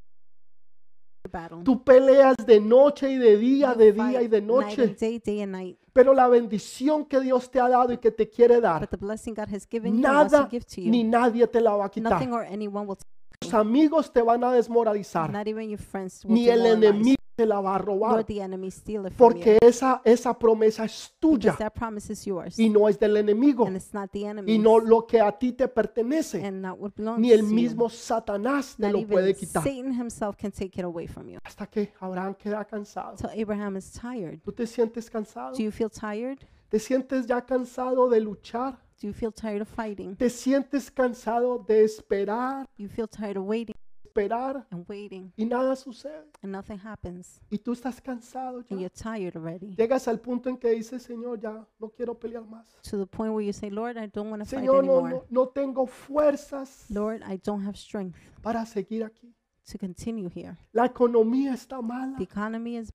the battle. Tú peleas de noche y de día, You de día y fight de night and noche. Day, day and night. Pero la bendición que Dios te ha dado y que te quiere dar, But the blessing God has given you and wants nada to give to ni you. nadie te la va a Nothing quitar. or anyone will Tus amigos te van a desmoralizar, not even your friends will ni el demoralize, enemigo te la va a nor robar, the enemy steal it from porque you. esa, esa promesa es tuya Because that promise is yours. y no es del enemigo, and it's not the enemy. y no lo que a ti te pertenece, and not what belongs ni el to mismo Satanás you. te Not lo even puede quitar. Satan himself can take it away from you. Hasta que Abraham queda cansado. So Abraham is tired. ¿Tú te sientes cansado? Do you feel tired? ¿Te sientes ya cansado de luchar? Do you feel tired of fighting? ¿Te sientes cansado de esperar, You feel tired of waiting esperar and waiting y nada sucede? and nothing happens. Y tú estás cansado And ya. you're tired already. Llegas al punto en que dices, Señor, ya no quiero pelear más. to the point where you say, Lord, I don't want to fight Señor, no, anymore. no, no tengo fuerzas Lord, I don't have strength para seguir aquí. to continue here. La economía está mala. The economy is,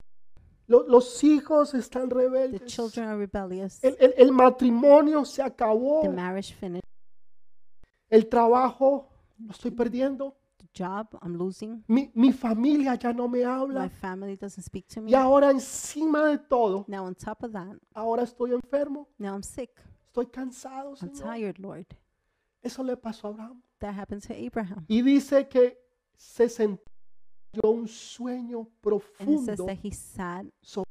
Lo- los hijos están the rebeldes. children are rebellious. El, el- el matrimonio se acabó. The marriage finished. El trabajo lo estoy perdiendo. The job, I'm losing. Mi, mi familia ya no me My habla. family doesn't speak to me. Y ahora encima de todo, Now, on top of that, ahora estoy enfermo. now I'm sick. Estoy cansado, I'm Señor. tired, Lord. Eso le pasó a Abraham. That happened to Abraham. Y dice que se sintió un sueño And it says profundo, that he sat So-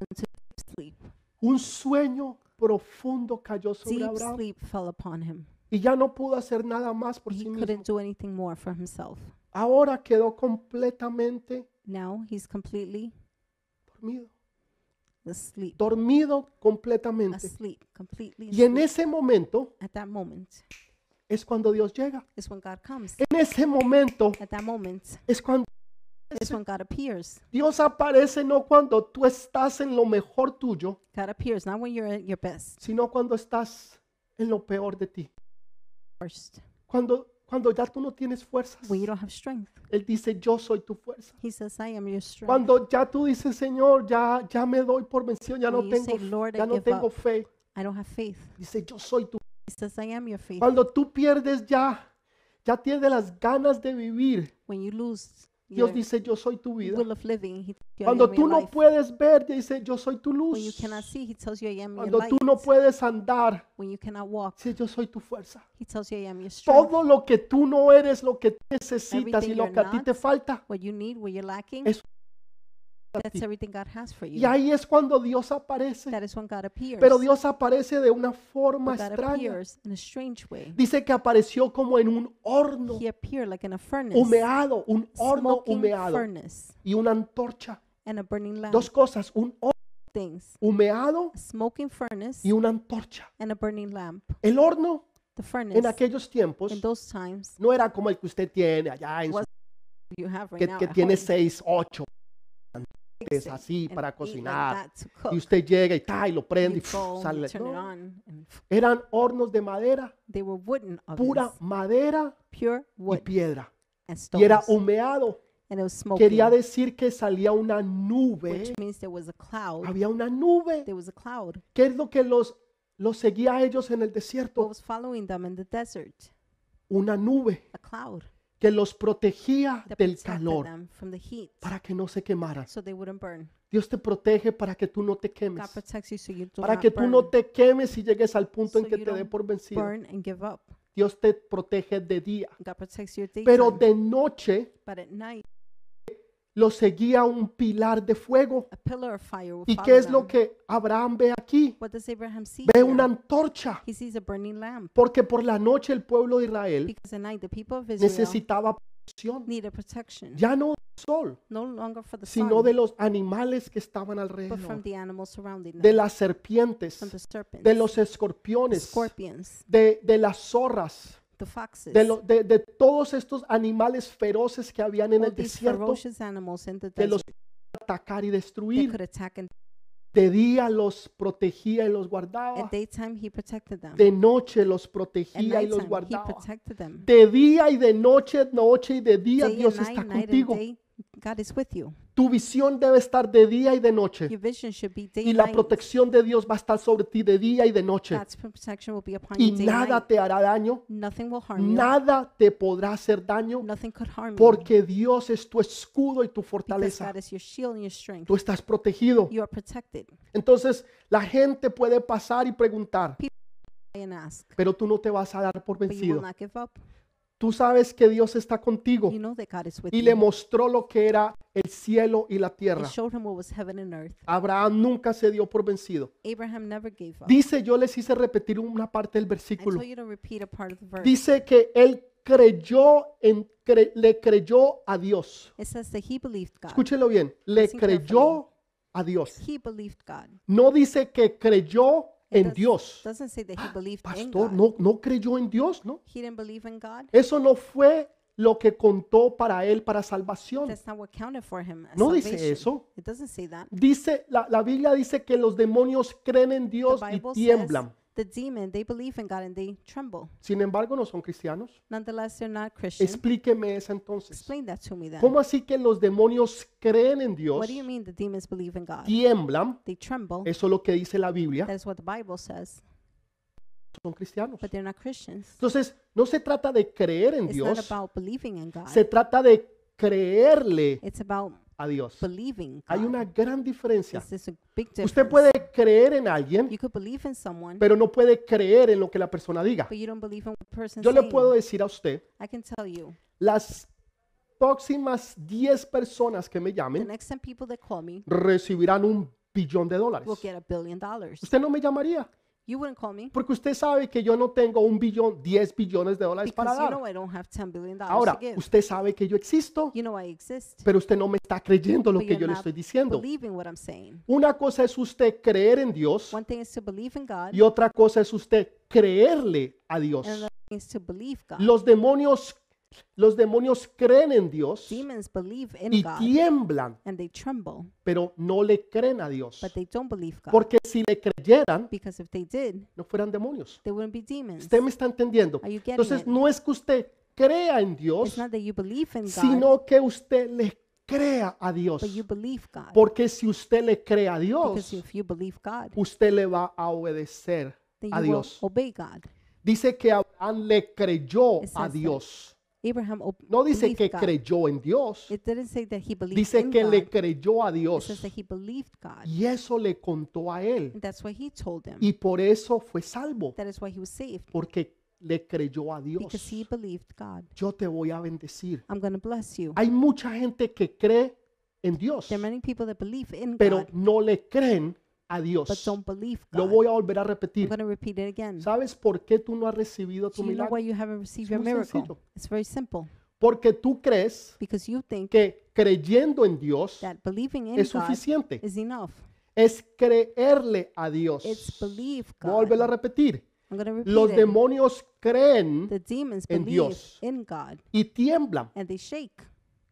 into deep sleep. un sueño profundo cayó sobre Deep Abraham sleep fell upon him. y ya no pudo hacer nada más por He sí mismo. couldn't do anything more for himself. Ahora quedó completamente Now he's completely dormido, asleep. dormido completamente. Asleep. Completely Y en asleep. ese momento At that moment es cuando Dios llega. is when God comes. En ese momento At that moment es cuando is when God appears. Dios aparece, no cuando tú estás en lo mejor tuyo, God appears not when you're at your best, sino cuando estás en lo peor de ti. first, Cuando, cuando ya tú no tienes fuerzas, when you don't have strength. Él dice, yo soy tu fuerza. He says, "I am your strength." Cuando ya tú dices, Señor, ya, ya me doy por vencido, ya no When you tengo, say, "Lord, I ya no give tengo up", fe, I don't have faith. Dice, yo soy tu. He says, I am your faith. Cuando tú pierdes ya, ya tienes las ganas de vivir. When you lose your Dios dice, yo soy tu vida. will of living, he tells you, I Cuando am tú your no life. puedes ver, dice, yo soy tu When you luz. cannot see, he tells you, I am your Cuando light. tú no puedes andar, When you cannot walk, dice, yo soy tu fuerza. he tells you, I am your strength. Todo lo que tú no eres, lo que tú necesitas y Everything lo you're que a ti not, te falta. What you need, what you're lacking, Es- that's everything God has for Y you. ahí es cuando Dios aparece. That is when God appears. Pero Dios aparece de una forma But God extraña. appears in a strange way. Dice que apareció como en un horno He appeared like in a furnace, humeado, un horno smoking humeado furnace, y una antorcha. and a burning lamp. Dos cosas, un horno things, humeado a smoking furnace y una antorcha. and a burning lamp. El horno The furnace en aquellos tiempos in those times no era como el que usted tiene allá en su, Was you have right que, now que at tiene home, seis, ocho fix es it así and para eat like cocinar. that to cook. y usted llega y ta, y lo You prende y pf, go, you sale. turn it No, on, and pff, eran hornos de madera, they were wooden ovens, pura madera pure y wood piedra. and stones, Y era humeado. and it was smoking, Quería decir que salía una nube. which means there was a cloud. Había una nube. There was a cloud. ¿Qué es lo que los, los seguía a ellos en el What desierto? was following them in the desert? Una nube A cloud que los protegía that del protected calor them from the heat, para que no se quemaran. so they wouldn't burn. Dios te protege para que tú no te God quemes. protects you, so you do Para not que tú burn. no te quemes y llegues al punto en So que you te dé don't por vencido. burn and give up. Dios te protege de día. God protects your daytime, Pero de noche but at night lo seguía un pilar de fuego. a pillar of fire will ¿Y follow qué es lo them. que Abraham ve aquí? What does Abraham see? Ve here? una antorcha. He sees a burning lamp Porque por la noche el pueblo de Israel because at night the people of Israel necesitaba protección. needed protection, Ya no del sol, no longer for the sino de sun, los animales que estaban but from alrededor. the animals surrounding De them, las serpientes, from the serpents, de los the escorpiones, scorpions, de, de las zorras, the foxes, de, lo- de- de todos estos animales feroces que habían en all el these desierto ferocious animals in the que los desert atacar y that destruir. could attack, and De día los protegía y los guardaba. at daytime he protected them. ah, De noche los At protegía y los nighttime he guardaba. protected them. De día y de noche, noche y de día, Day Dios and está night, night and contigo. day, God is with you. Tu visión debe estar de día y de noche. Your vision should be day Y and la night. protección de Dios va a estar sobre ti de día y de noche. God's protection will be upon Y you day and night. nada te hará daño. Nothing will harm you. Nada te podrá hacer daño. Nothing could harm you. Porque Dios es tu escudo y tu Because fortaleza. God is your shield and your strength. Tú estás protegido. You are protected. Entonces la gente puede pasar y preguntar, Pray And ask, pero tú no te vas a dar por but you will vencido. Oh. not give up. Tú sabes que Dios está contigo. You know that God is with Y le you. mostró lo que era el cielo y la tierra. And showed him what was heaven and earth. Abraham nunca se dio por vencido. Abraham never gave up. Dice, yo les hice repetir una parte del I versículo. told you to repeat a part of the verse. Dice que él creyó en cre- le creyó a Dios. It says that he believed God. Escúchelo bien, le Listen carefully. creyó a Dios. He believed God. No dice que creyó It en does- Dios. Ah, Doesn't say that he believed in Pastor, God. no no creyó en Dios, ¿no? He didn't believe in God. Eso no fue lo que contó para él para salvación. That's not what counted for him. as No dice salvation. eso. It doesn't say that. Dice la, la Biblia dice que los demonios creen en The Dios y Bible says tiemblan. the demon, they believe in God and they tremble. Sin embargo, no son cristianos. Nonetheless, they're not Christian. Explíqueme eso entonces. Explain that to me then. ¿Cómo así que los demonios creen en Dios, What do you mean the demons believe in God? tiemblan? They tremble. Eso es lo que dice la Biblia. That's what the Bible says. Son cristianos. But they're not Christians. Entonces, no se trata de creer en It's not Dios, about believing in God. se trata de creerle It's about a Dios. believing Hay una God. gran diferencia. It's just a big Usted difference. puede creer en alguien, You could believe in someone, pero no puede creer en lo que la persona diga. but you don't believe in what the person's Yo le puedo saying. decir a usted, I can tell you. las próximas 10 personas que me The llamen next 10 people that call me recibirán un billón de dólares. will get a billion dollars. Usted no me llamaría. You wouldn't call me Porque usted sabe que yo no tengo un billón, 10 billones de dólares para because you dar. know I don't have 10 billion dollars to Ahora, give. usted sabe que yo existo, You know I exist. pero usted no me está creyendo lo But que you're yo le not estoy diciendo. believing what I'm saying. Una cosa es usted creer en Dios One thing is to believe in God, y otra cosa es usted creerle a Dios. and another thing is to believe God. Los demonios, los demonios creen en Dios Demons believe in y God tiemblan, and they tremble, pero no le creen a Dios. but they don't believe God Porque si le creyeran, because if they did, no fueran demonios. they wouldn't be demons. Usted me está entendiendo. Are you getting Entonces, it? no es que usted crea en Dios, It's not that you believe in God, sino que usted le crea a Dios. but you believe God. Porque si usted le cree a Because Dios, if you believe God, usted le va a obedecer then a you will Dios. obey God. Dice que Abraham le creyó a It says that. Dios. Abraham ob- No dice believed que God. creyó en Dios. It didn't say that he believed Dice in que God. le creyó a It says Dios. that he believed God. Y eso le contó a él. And that's why he told them. Y por eso fue salvo. That is why he was saved. Porque le creyó a Dios. Because he believed God. Yo te voy a bendecir. I'm going to bless you. Hay mucha gente que cree en Dios, There are many people that believe in pero God, no le creen a but Dios. don't believe Lo God. voy a volver a I'm repetir. going to repeat it again. ¿Sabes por qué tú no has recibido tu Do you know why milagro? you haven't received your muy sencillo. miracle? It's very simple. Porque tú crees Because you think que creyendo en Dios that believing in es God suficiente. is enough. Es creerle a Dios. It's believe Voy a volver a God. repetir. I'm going to repeat Los it. demonios creen The demons en believe Dios. in God y tiemblan, and they shake,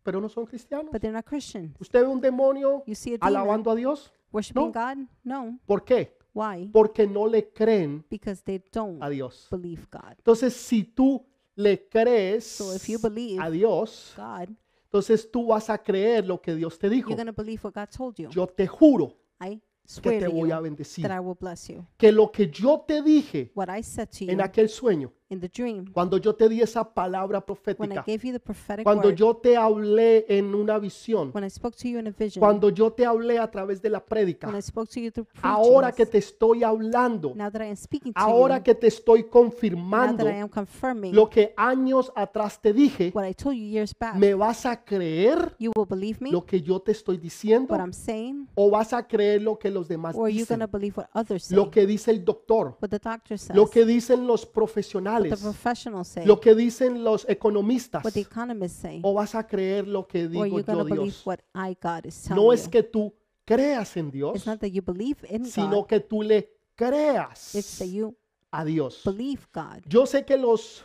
pero no son cristianos. but they're not Christian. ¿Usted ve un demonio You see a demon alabando a Dios? No. worshiping God? No. ¿Por qué? Why? Porque no le creen Because they don't a Dios. believe God. Entonces, si tú le crees So if you believe a Dios, God, entonces tú vas a creer lo que Dios te dijo. you're going to believe what God told you. Yo te juro I que swear te to voy a you bendecir. that I will bless you. Que lo que yo te dije What I said to en you aquel sueño, in the dream, cuando yo te di esa palabra when I profética, gave you the prophetic cuando word, yo te hablé en una visión, when I spoke to you in a vision, when cuando yo te hablé a través de la prédica, I spoke to you through ahora que preaching, te estoy hablando, now that I am speaking to ahora you, que te estoy now confirmando that I am confirming lo que años atrás te dije, what I told you years back, ¿me vas a creer you will believe me, lo que yo te estoy diciendo what I'm saying, o vas a creer lo que los demás or are you going to dicen? believe what others say, Lo que dice el doctor, what the doctor says, lo what que dicen los the profesionales, professionals say, lo que dicen los economistas what the economists say, o vas a creer lo que or are Oh, digo you going yo to believe Dios. what I, God, is telling No you? es que tú creas en Dios, It's not that you believe in sino God, que tú le creas it's that you a Dios. believe God. Yo sé que los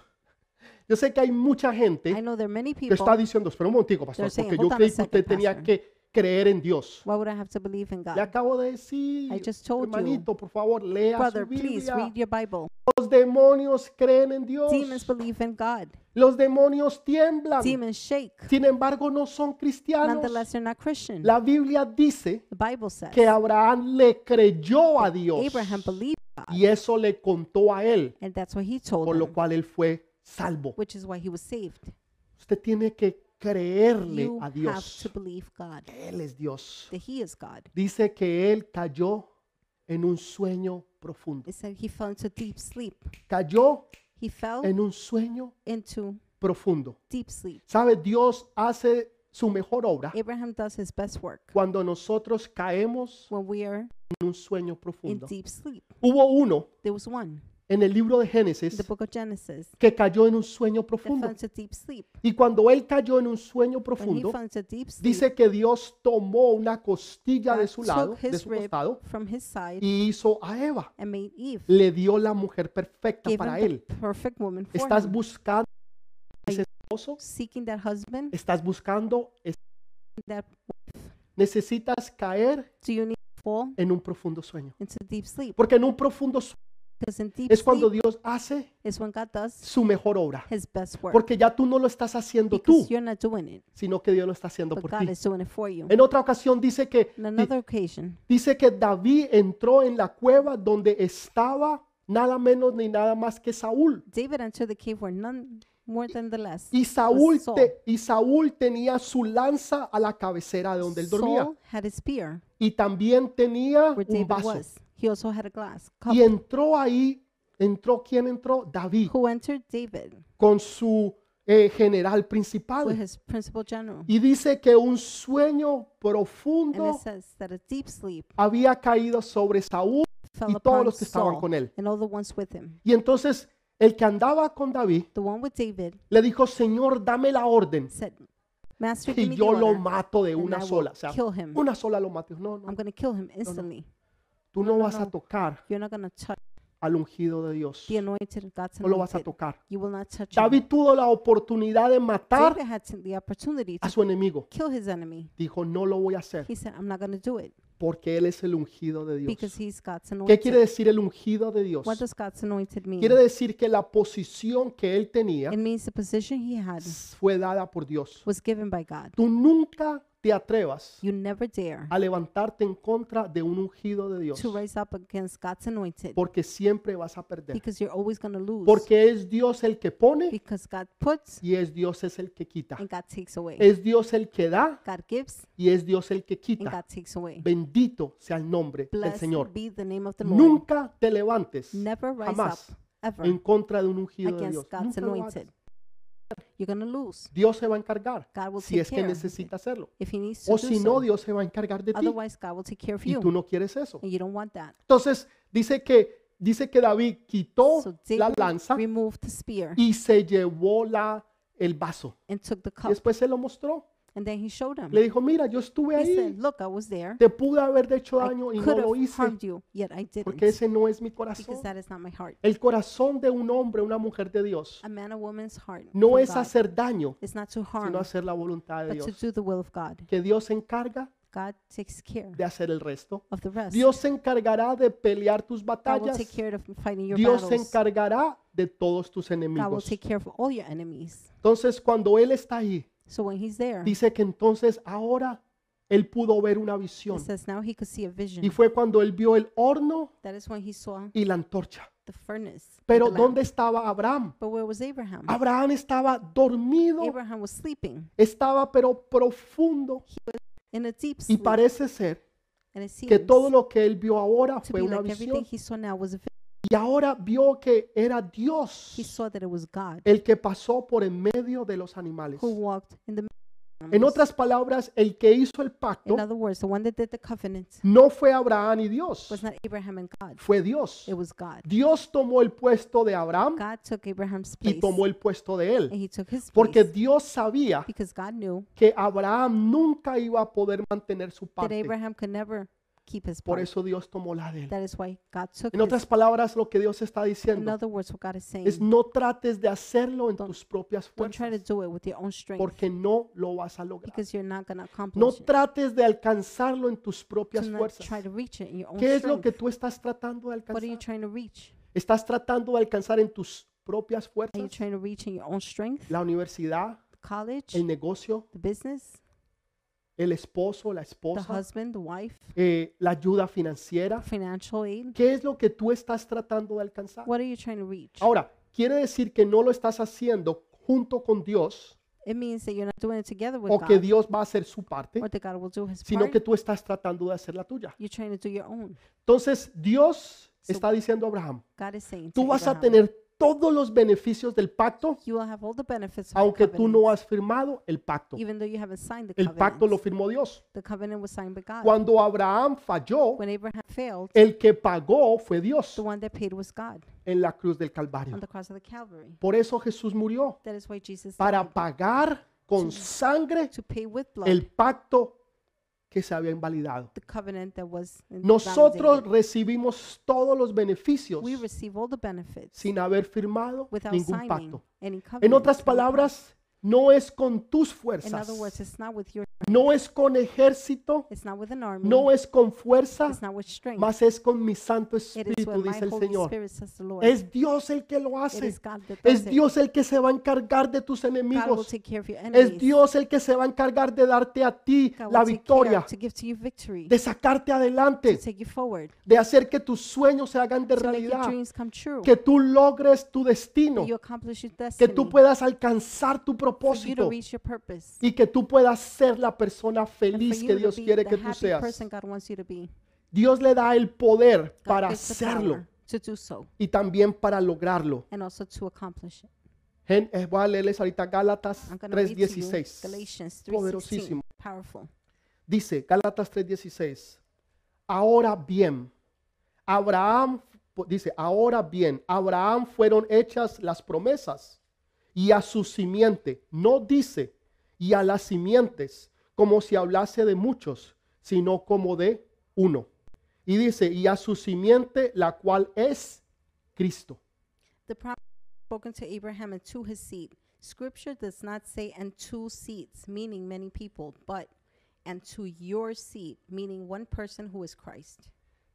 yo sé que hay mucha gente I know there are many que está people. diciendo, espera un momentico, pastor, saying, porque yo "Hold on a creí que second, usted tenía pastor." que creer en Dios. Why would I have to believe in Le God? acabo de decir, I just told you. hermanito, por favor, lea Brother, su please Biblia. read your Bible. Los demonios creen en Dios. Demons believe in God. Los demonios tiemblan. Demons shake. Sin embargo, no son cristianos. Nonetheless, they're not Christian. The La Biblia dice Bible says que Abraham le creyó a Dios Abraham believed God, y eso le contó a él, and that's what he told por lo them, cual él fue salvo. which is why he was saved. Usted tiene que creerle You a have to Dios. believe God, Él es Dios. that He is God. Dice que él cayó en un sueño profundo. It said he fell into deep sleep. Cayó He fell en un sueño into profundo. deep sleep. ¿Sabe? Dios hace su mejor obra Abraham does his best work cuando nosotros caemos when we are en un sueño in profundo. deep sleep. Hubo uno There was one en el libro de in the Génesis book of Genesis que cayó en un sueño that fell profundo. into deep sleep. Y cuando él cayó en un sueño When he profundo, fell into deep sleep, dice que Dios tomó una costilla de God su took lado, de his su rib costado, from his side y hizo a Eva. and made Eve. Le dio la mujer perfecta Gave para him él. the perfect woman for Estás him. buscando ese esposo, Seeking that husband, estás buscando, es- that necesitas caer do you need to fall en un profundo sueño. into deep sleep? Porque en un profundo sueño Because in deep es cuando sleep Dios hace is when God does su mejor obra. his best work. Porque ya tú no lo estás haciendo tú, Because you're not doing it, sino que Dios lo está haciendo but por God ti. is doing it for you. En otra ocasión dice que On di- another occasion, dice que David entró en la cueva donde estaba nada menos ni nada más que Saúl. David entered the cave where none more than the less. Y Saúl, Saul. te- y Saúl tenía su lanza a la cabecera de donde él dormía. Saul had his spear Y también tenía where un David vaso. was. He also had a glass cup. Y entró ahí, entró, ¿quién entró? David, Who entered David con su eh, general with principal. his principal general? Y dice que un sueño And it profundo says that a deep sleep había caído sobre Saúl fell y todos upon los que estaban Saul con él. and all the ones with him. Y entonces el que andaba con David The one with David le dijo, Señor, dame la orden said, Master, give y me the yo lo order. mato de and una I will sola. O sea, kill him. una sola lo maté. No, I'm no, going to kill him instantly. tú no no, vas a no. tocar You're not going to touch al ungido de Dios. the anointed of God's No lo vas a anointed. tocar. You will not touch him. David tuvo la oportunidad de matar David had the opportunity a to su enemigo. kill his enemy. Dijo, no lo voy a hacer He said, I'm not going to do it porque él es el ungido de because Dios. he's God's ¿Qué quiere anointed. decir el ungido de Dios? What does God's anointed mean? Quiere decir que la posición que él tenía It means the position he had fue dada por Dios. was given by God. Tú nunca te atrevas You never dare a levantarte en contra de un ungido de Dios, to raise up against God's anointed porque siempre vas a perder. because you're always going to lose. Porque es Dios el que pone because God puts y es Dios es el que quita. and God takes away. Es Dios el que da God gives y es Dios el que and quita. God takes away. Bendito sea el nombre del Blessed Señor. be the name of the Lord. Nunca te levantes Never rise jamás up ever en contra de un ungido de Dios. against God's Nunca lo hagas. anointed. You're going to lose Dios se va a encargar God will si take es que care of necesita hacerlo. if He needs O to do si so. no, Dios se va a encargar de ti Otherwise, God will take care of y you, tú no quieres eso. and you don't want that. Entonces dice que dice que David quitó So la David lanza removed the spear y se llevó la el vaso. and took the Y cup, después se lo mostró. and then he showed him. Le dijo, mira, yo estuve He ahí. said, "Look, I was there. Te pude haber hecho I daño y could no lo have hice, harmed you, yet I didn't, porque ese no es mi because corazón. that is not my heart. El corazón de un hombre, una mujer de Dios, A man, a woman's heart. no from es God. hacer daño, It's not to harm, sino hacer la voluntad de but to Dios. do the will of God. Que Dios se encarga God takes care de hacer el resto. of the rest. Dios se encargará de pelear tus God will batallas. take care of fighting your Dios se battles. encargará de todos tus God will enemigos. take care of all your enemies. Entonces, cuando Él está ahí, So when he's there, dice que entonces ahora Él pudo ver una visión. it says now he could see a vision. Y fue cuando Él vio el horno that is when he saw y la antorcha. the furnace. with Pero the lamp. ¿dónde Ah, estaba Abraham? But where was Abraham? Abraham estaba dormido, Abraham was sleeping estaba pero profundo in a deep y sleep. parece ser And it seems que todo to lo que él vio ahora fue be una like everything visión he saw now was a vision. y ahora vio que era He Dios saw that it was God el que pasó por en medio de los animales. who walked in the En otras palabras, el que hizo el pacto In other words, the one that did the covenant no fue Abraham y Dios, was not Abraham and God. fue Dios. It was God. Dios tomó el puesto de Abraham God took Abraham's y place tomó el puesto de and él, he took his porque place Dios sabía because God knew que Abraham nunca iba a poder mantener su that parte. Abraham could never keep his Por part. eso Dios tomó la de él. That is why God took En otras his. palabras, lo que Dios está In diciendo other words, what God is saying, es no trates de hacerlo en Don't- tus propias don't try to fuerzas do it with your own strength porque no lo vas a lograr. because you're not going to No accomplish it. trates de alcanzarlo en tus propias Do not try fuerzas. to reach it in your own ¿Qué es lo que strength. tú estás tratando de What are you alcanzar? trying to reach? ¿Estás tratando de alcanzar en tus propias Are you fuerzas trying to reach in your own strength? la universidad, College, el negocio, the business, el esposo, la the esposa, husband, the wife, eh, la ayuda financiera? financial aid? ¿Qué es lo que tú estás tratando de alcanzar? What are you trying to reach? Ahora, quiere decir que no lo estás haciendo junto con Dios It means that you're not doing it together with o que God, Dios va a hacer su parte, or that God will do His sino part. que tú estás tratando de hacer la tuya. You're trying to do your own. Entonces Dios So- está diciendo a Abraham, God is saying, to tú vas a Abraham, tener todos los beneficios del pacto, you will have all the benefits of the aunque tú covenant, no has firmado el pacto. even though you haven't signed the El covenant. pacto lo firmó Dios. the covenant was signed by God. Cuando Abraham falló, when Abraham failed, el que pagó fue Dios the one that paid was God en la cruz del on Calvario. the cross of the Calvary. Por eso Jesús murió, That is why Jesus para died, pagar con sangre to pay with blood el pacto que se había invalidado. the covenant that was Nosotros invalidated. recibimos todos los beneficios we receive all the benefits sin haber firmado without ningún signing pacto. any covenant. En otras any palabras, no es con tus pact. in fuerzas, other words, it's not with your no es con ejército, it's not with an army, no es con fuerza, it's not with strength. más es con mi Santo it is Espíritu, with my dice el Holy Señor. Spirit, says the Lord. Es Dios el que lo it hace. is God that does Es it. Dios el que se va a encargar de tus God will enemigos. take care of your enemies. Es Dios el que se va a encargar de darte a ti God will la take care victoria, to give to you victory, de sacarte adelante, to take you forward, de hacer que tus sueños se hagan de to make your realidad, dreams come true, que tú logres tu destino, that you accomplish your destiny, que tú puedas alcanzar tu for you to propósito reach your purpose, y que tú puedas ser la persona and for feliz you que to Dios be quiere the que tú happy seas. person God wants you to be. Dios le da el poder God para gives the hacerlo power to do so y también para lograrlo. and also to accomplish it. Gen- eh, voy a leerles ahorita Gálatas I'm going to read to you 3:16. Galatians 3:16. Poderosísimo. Powerful. Dice Gálatas 3:16. Ahora bien, Abraham po- dice, ahora bien, Abraham fueron hechas las promesas y a su simiente, no dice y a las simientes, como si hablase de muchos, sino como de uno. Y dice, y a su simiente, la cual es Cristo. The promise spoken to Abraham and to his seed. Scripture does not say and two seeds, meaning many people, but and to your seed, meaning one person who is Christ.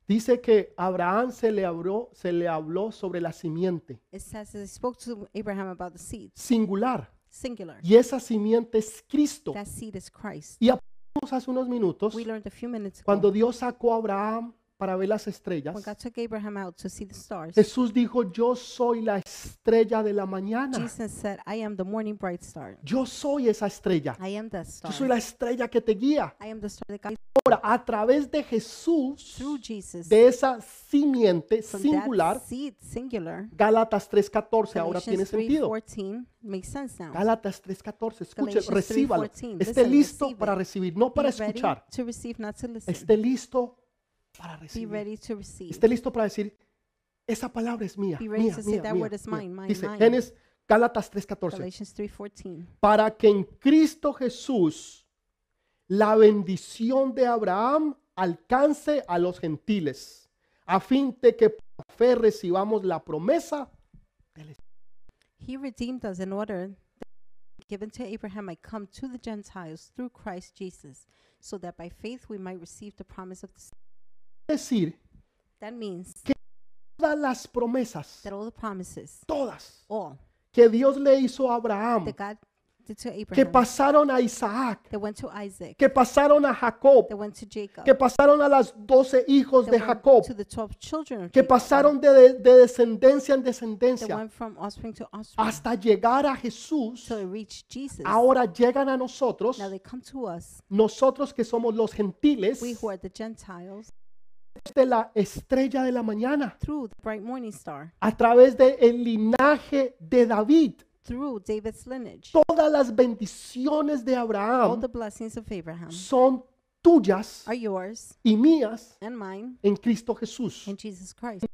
Dice que Abraham se le habló, se le habló sobre la simiente, It says that he spoke to Abraham about the seeds, singular, singular. y esa simiente es Cristo. That seed is Christ. Y a Vimos hace unos minutos We learned a few minutes ago cuando Dios sacó a Abraham para ver las estrellas. when God took Abraham out to see the stars. Jesús dijo, yo soy la estrella de la mañana. Jesus said, I am the morning bright star. Yo soy esa estrella. I am that star. Yo soy la estrella que te guía. I am the star that God Ahora, a través de Jesús, through Jesus. de esa simiente from singular, That seed, singular. Gálatas 3.14 ahora tiene Galatians sentido. 3:14 makes sense now. Gálatas 3.14, escuche, Galatians recíbalo. 3:14, Esté listen, listo receive para it. recibir, no para Be ready escuchar. to receive, not to listen. Esté listo para Be recibir. ready to receive. Esté listo para decir, esa palabra es mía. Be ready mía, to say, mía, "That mía, word is mía". mine, mine, Dice mine. Génesis, Gálatas 3.14. Galatians 3:14. Para que en Cristo Jesús la bendición de Abraham alcance a los gentiles, a fin de que por fe recibamos la promesa del He redeemed us in order that given to Abraham might come to the Gentiles through Christ Jesus, so that by faith we might receive the promise of the Spirit. Es decir, That means todas las promesas, that all the promises, todas, all que Dios le hizo a Abraham, that God did to que Abraham, pasaron a Isaac, that went to Isaac, que pasaron a Jacob, that went to Jacob, que pasaron a los doce hijos that de went Jacob, to the 12 children of que Jacob, pasaron de, de- de descendencia en that descendencia went from offspring to offspring, hasta llegar a Jesús. till it reached Jesus. Ahora llegan a nosotros, Now they come to us, nosotros que somos los gentiles we who are the Gentiles, de la estrella de la mañana, through the bright morning star, a través del linaje de David, through David's lineage. todas las bendiciones de All Abraham the blessings of Abraham son tuyas are yours y mías and mine en Cristo Jesús. in Jesus Christ.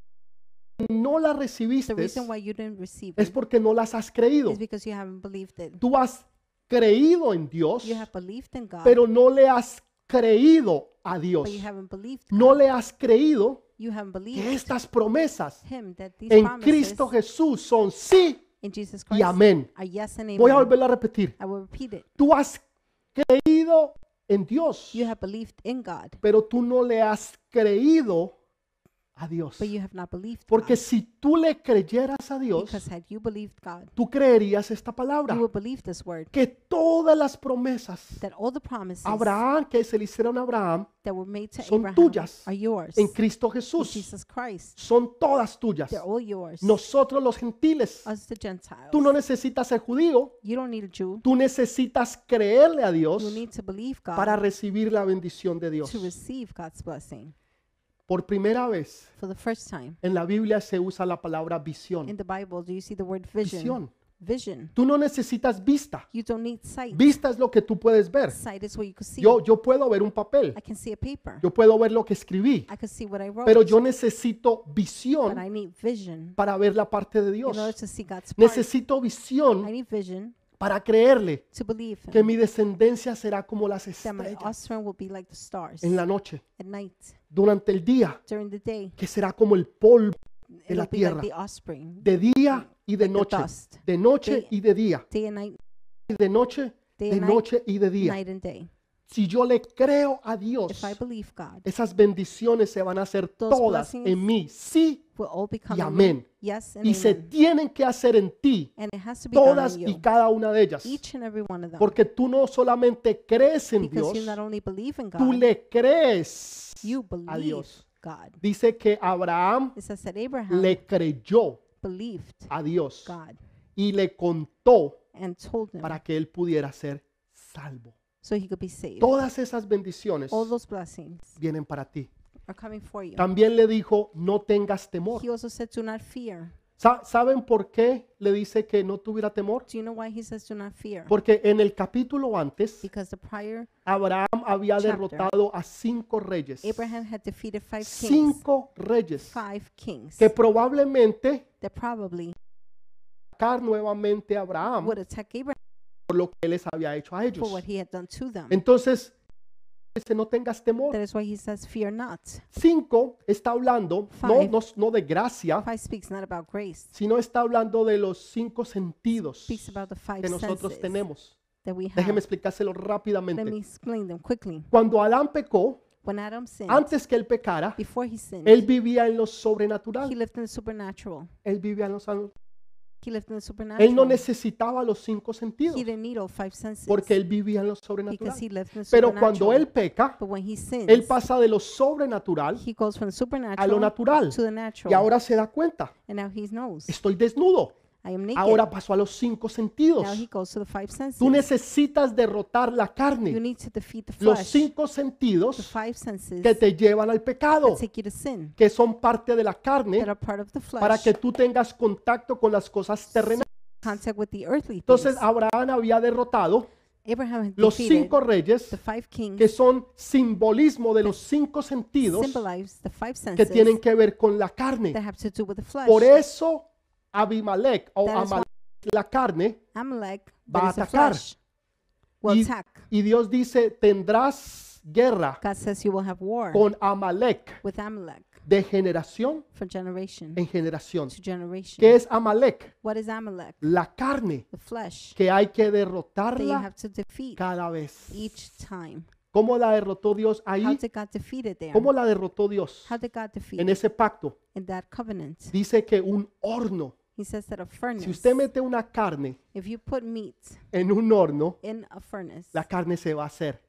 No las recibiste The reason why you didn't receive es it porque no las has creído. is because you haven't believed it. Tú has creído en Dios, You have believed in God, pero no le has creído a Dios. but you haven't believed. No le has creído You haven't que believed estas promesas Him that these en promises Cristo Jesús son sí in Jesus y Christ amén. are yes and Voy a amen. volverlo a repetir. I will repeat it. Tú has creído en Dios, You have believed in God, pero tú no le has creído a Dios. but you have not believed Porque God. si tú le creyeras a Dios, Because had you believed God, tú creerías esta palabra. you would believe this word. que todas las promesas That all the promises a Abraham que se le hicieron a Abraham that were made to son Abraham tuyas are yours. en Cristo in Jesús Jesus Christ, son todas tuyas. they're all yours. Nosotros los gentiles, Us the Gentiles. tú no necesitas ser judío, you don't need a Jew. tú necesitas creerle a You Dios need to believe God para recibir la bendición de Dios. to receive God's blessing. Por primera vez For the first time en la Biblia se usa la palabra in visión. the Bible, do you see the word vision? Visión. Vision. Tú no necesitas vista. You don't need sight. Vista es lo que tú puedes ver. sight is what you could see. Yo, yo puedo ver un papel, I can see a paper. yo puedo ver lo que escribí, I could see what I wrote. pero yo necesito but visión I need vision para ver la parte de Dios. in order to see God's part. Necesito I visión need vision para creerle to believe Him. que mi descendencia será como las that my estrellas offspring will be like the stars en la noche, at night, durante el día, during the day. que será como el polvo It'll la be like tierra. the offspring, de día y de like noche, the dust, de noche y de día, day and night, y de noche, de noche y de día. night and day. Si yo le creo a Dios, If I believe God, esas bendiciones se van a hacer todas en mí, sí, will all become y in me. amén. Yes and y se amen. tienen que hacer en ti, And it has to be done todas in y you, cada una de ellas, each and every one of them. porque tú no solamente crees en Because you Dios, not only believe in tú God, le crees you a believe Dios. God. Dice que Abraham It says that Abraham le creyó believed a Dios God y le contó and told him para que él pudiera ser salvo. so he could be saved. Todas esas bendiciones All those blessings vienen para ti. are coming for you. También le dijo, no tengas temor. He also said, Do not fear. Sa- ¿Saben por qué le dice que no tuviera temor? Do you know why he says, Do not fear? Porque en el capítulo antes, Because the prior Abraham había Chapter. derrotado a cinco reyes. Abraham had defeated five kings. Cinco reyes Five kings que probablemente that probably atacar nuevamente a Abraham would attack Abraham por lo que les había hecho a for ellos. what he had done to them. Entonces, dice, no tengas temor. That is why he says, Fear not. Cinco está hablando, no, Five. no, no de gracia, Five speaks not about grace, sino está hablando de los cinco sentidos speaks about the five que nosotros senses tenemos. that we Déjeme have. explicárselo Let me rápidamente. explain them quickly. Cuando Adán pecó, When Adam sinned, antes que él pecara, before he sinned, él vivía en lo he sobrenatural. lived in the supernatural. Él vivía en lo san- He lived in the supernatural. Él no necesitaba los cinco sentidos he didn't need all five senses porque él vivía en lo because he sobrenatural. lived in the Pero cuando supernatural. él peca, but when he sins, él pasa de lo sobrenatural he goes from a lo supernatural natural. to the natural. Y ahora se da cuenta, and now he knows. estoy desnudo. I am naked. Ahora pasó a los cinco now he sentidos. goes to the five senses. Tú necesitas derrotar la you carne, need to defeat the los flesh. cinco the sentidos five senses que te llevan al pecado, take you to sin que son parte de la carne that are part of the flesh. para que tú tengas contacto con las cosas terrenales. contact with the earthly Entonces things. Abraham había derrotado Abraham had los defeated cinco reyes the five kings que son simbolismo de los cinco sentidos symbolize the five que senses tienen que ver con la carne. that have to do with the flesh. Por eso Abimelech o That is why- Amalek la carne Amalek va a that is the atacar. flesh, will y, attack. y Dios dice tendrás guerra God says you will have war con Amalek with Amalek de generación from generation en generación. to generation. ¿Qué es Amalek? What is Amalek? La carne The flesh que hay que that you derrotarla have to defeat cada vez. each time. ¿Cómo la derrotó Dios How ahí? did God defeat it there? ¿Cómo la derrotó Dios How did God defeat en it ese pacto? in that covenant? Dice que un horno, He says that a si furnace, usted mete una carne if you put meat en un horno, in a furnace, la carne se va a hacer.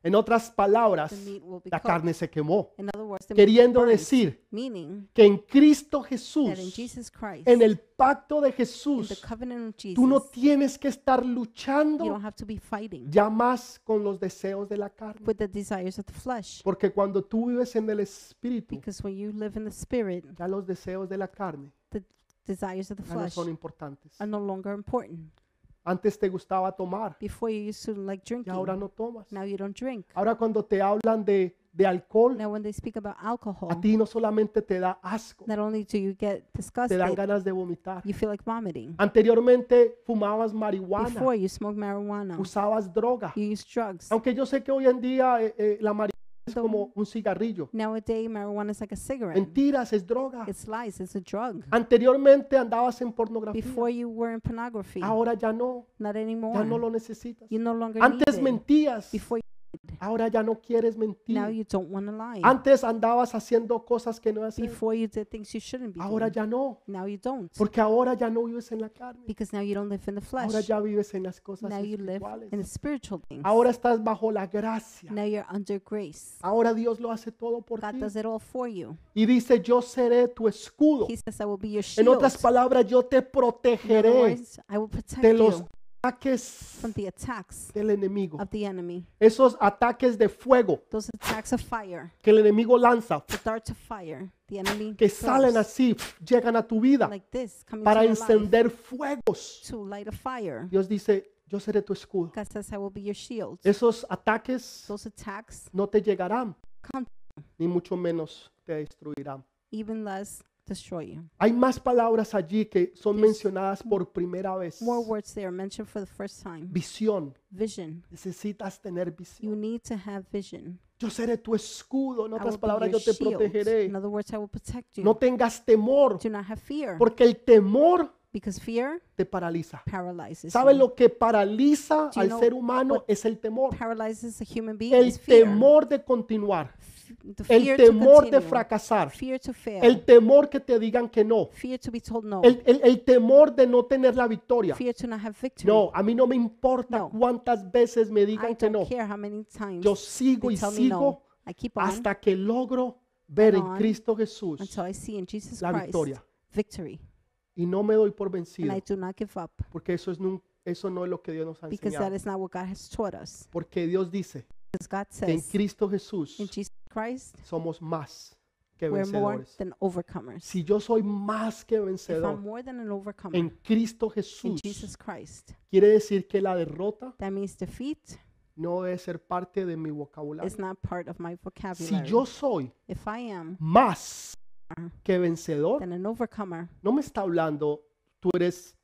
En otras palabras, the meat will be la cooked. carne se quemó. In other words, the meat Queriendo burns, decir meaning que en Cristo that in Jesús, Jesus Christ, en el pacto de in the Jesús, covenant of Jesus, tú no tienes que estar you don't luchando have to be fighting ya más con los deseos de la carne. with the desires of the flesh. Porque cuando tú vives en el Espíritu, Because when you live in the spirit, ya los deseos de la carne the desires of the ya no flesh son importantes. are no longer important. Antes te gustaba tomar Before you used to like y drinking, ahora no tomas. now you don't drink. Ahora cuando te hablan de, de alcohol, Now when they speak about a alcohol, ti no solamente te da asco, not only do you get te dan disgusted, ganas de vomitar. you feel like vomiting. Anteriormente fumabas marihuana, Before you smoked marijuana, usabas droga. you used drugs. Aunque yo sé que hoy en día eh, eh, la marihuana es Though como un cigarrillo. Nowadays, marijuana is like a cigarette. Mentiras, es droga. It's lies. It's a drug. Anteriormente andabas en pornografía. Before you were in pornography, Ahora ya no, not ya no anymore. lo necesitas. You no longer need Antes it. mentías, Before ahora ya no quieres now mentir. you don't want to lie. Antes andabas haciendo cosas que no hacías. Before you did things you shouldn't be Ahora doing. ya no, Now you don't. porque ahora ya no vives en la carne. Because now you don't live in the flesh. Ahora ya vives en las cosas Now you live in the espirituales. spiritual things. Ahora estás bajo la gracia. Now you're under grace. Ahora Dios lo hace todo por God ti. does it all for you. Y dice, yo seré tu escudo. He says, I will be your shield. En otras palabras, yo te In other protegeré words, I will protect de los you ataques from the attacks del enemigo. of the enemy. Esos ataques de fuego Those attacks of fire, que el enemigo lanza, the darts of fire, the enemy que throws salen así, llegan a tu vida like this, coming para to your life encender fuegos. to light a fire. Dios dice, yo seré tu escudo. God says, I will be your shield. Esos ataques Those attacks, no te llegarán, Come. ni mucho menos te destruirán. even less, destroy you. Hay más palabras allí que son There's mencionadas por primera vez. More words there mentioned for the first time. Visión. Vision. Necesitas tener You visión. need to have vision. Yo seré tu escudo. En I otras will be palabras, your yo te shield. protegeré. In other words, I will protect you. No tengas temor, Do not have fear porque el temor because fear te paraliza. paralyzes. ¿Sabes you. lo que paraliza Do you al know ser humano? what- Es el temor. paralyzes a human being is El fear. temor de continuar. F- the El fear temor to de continue. fracasar. Fear to fail. El temor que te digan que no. fear to be told no. El, el- el temor de no tener la victoria. fear to not have victory. No, a mí no me importa No. cuántas veces me I digan que don't no. care how many times Yo sigo they y tell me no. sigo I keep on hasta que logro ver en on Cristo Jesús until I see in Jesus la Christ victoria. victory. y no me doy por And vencido, I do not give up porque eso es nun- eso no es lo que Dios nos ha because that enseñado. is not what God has taught us. Porque Dios dice Because God que en says Cristo Jesús in Jesus Christ, somos más que we're more vencedores. than overcomers. Si yo soy más que If I'm vencedor more than an overcomer en Cristo in Jesús, Jesus Christ, quiere decir que la derrota that means defeat no debe ser parte de mi vocabulario. is not part of my Si vocabulary. yo soy if I am más Uh-huh. que vencedor, than an overcomer, no me está hablando tú eres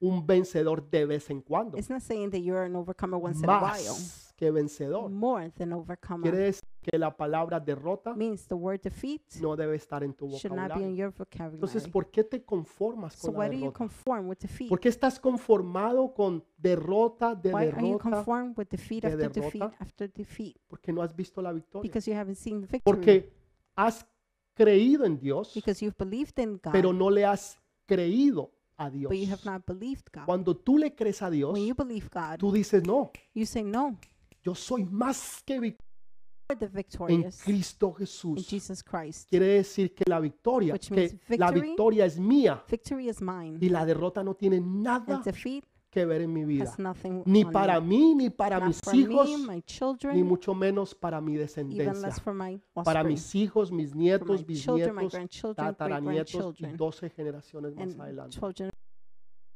un vencedor de vez en cuando. it's not saying that you're an overcomer once in a while. Más que vencedor. More than Quiere overcomer decir que la palabra derrota means the word defeat no debe estar en tu should not be in vocabulario. your vocabulary. Entonces, ¿por qué te conformas So con why la do you derrota? conform with defeat? ¿Por qué estás conformado con derrota de Why are you derrota? conformed with defeat de after defeat derrota? after defeat? Porque no has visto la victoria. Because you haven't seen victory. Porque has creído en Dios, Because you've believed in God, pero no le has creído a Dios. but you have not believed God. Cuando tú le crees a Dios, When you believe God, tú dices, no, you say, No, yo soy más que victoria you are the en victorious in Cristo Jesús. Jesus Christ. Quiere decir que la victoria, Which que means la victory. victoria es mía Victory is mine, y la derrota no tiene nada and defeat que ver en mi vida. has nothing Ni on para me. mí, ni para Not mis for hijos, me, my ni children, mucho menos para mi even descendencia. less for my Para offspring. mis hijos, mis nietos, children, my bisnietos, grandchildren, tataranietos y great-grandchildren. 12 generaciones más And adelante. children,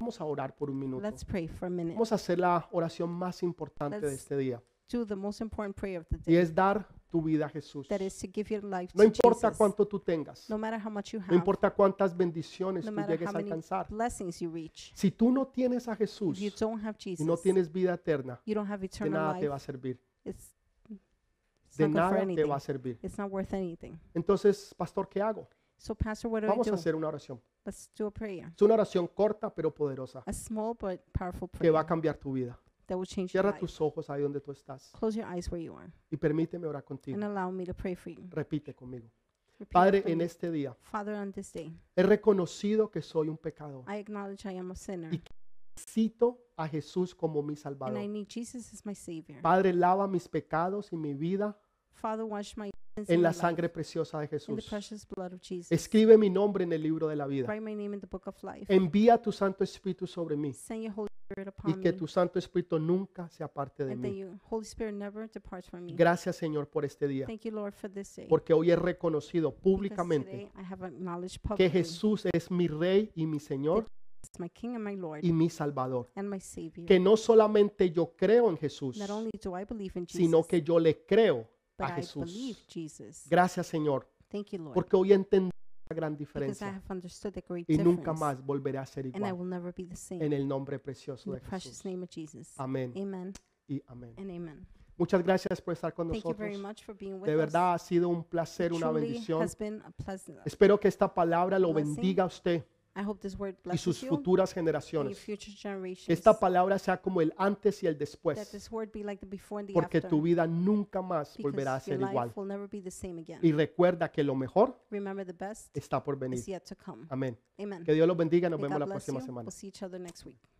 Vamos a orar por un minuto. let's pray for a minute. Vamos a hacer la oración más importante de Let's- este día. Do the most important prayer of the Y day. es dar tu vida a Jesús. That is to give your life No to importa Jesus. cuánto tú tengas. No matter how much you No have, importa cuántas bendiciones no tú matter llegues how a many alcanzar. blessings you reach, Si tú no tienes a Jesús if you y don't have Jesus, no tienes vida eterna, you don't have de eternal nada te life. va a servir. It's, it's De not good for nada te anything. va a servir. It's not worth anything. Entonces, pastor, ¿qué hago? So, Pastor, what do Vamos I a do? hacer una oración. Let's do a prayer. Es una oración corta pero poderosa A small but powerful que prayer va a cambiar tu vida. that will change your Cierra life. tus ojos ahí donde tú estás Close your eyes where you are y permíteme orar and contigo. allow me to pray for you. Repite conmigo. Repeat Padre, after en me. este día Father, on this day, he reconocido que soy un pecador. I acknowledge I am a sinner Y- Cito a Jesús como mi and I Salvador. need Jesus as my Savior. Padre, lava mis pecados y mi vida Father, wash my sins en and la my life sangre preciosa de in the Jesús. precious blood of Jesus. Escribe mi nombre en el libro de la vida. Write my name in the book of life. Envía tu Santo Espíritu sobre mí Send your Holy Spirit y upon que me. tu Santo Espíritu nunca se aparte de And that mí. you, Holy Spirit, never departs from me. Gracias Señor por este día, Thank you, Lord, for this day. porque hoy he reconocido because públicamente today I have acknowledged que publicly Jesús es mi Rey y mi Señor as my King and my Lord y mi Salvador. and my Savior. Que no solamente yo creo en Jesús, Not only do I believe in Jesus, sino que yo le creo but a I believe Jesús. Jesus. Gracias Señor, Thank you, Lord, porque hoy entendí la gran because I diferencia have understood the great y difference, nunca más volveré a ser and I igual will never be the same. en el nombre in precioso the de precious Jesús. name of Jesus. Amén Amen y amén. and amen. Muchas gracias por estar con Thank you very nosotros. much for being with De us. verdad ha sido un It placer, una truly bendición. has been a pleasant. Espero que esta palabra lo blessing bendiga a usted I hope this word y blesses sus you futuras and your generaciones. future Que generations. esta palabra sea como el antes y el that después, this word be like the before and the porque after. tu vida nunca más volverá a because ser your life igual. will never be the same again. Y recuerda que lo mejor Remember the best está por venir. is yet to come. Amén. Amen. Que Dios los bendiga. Nos May vemos God la bless próxima you. semana. We'll see each other next week.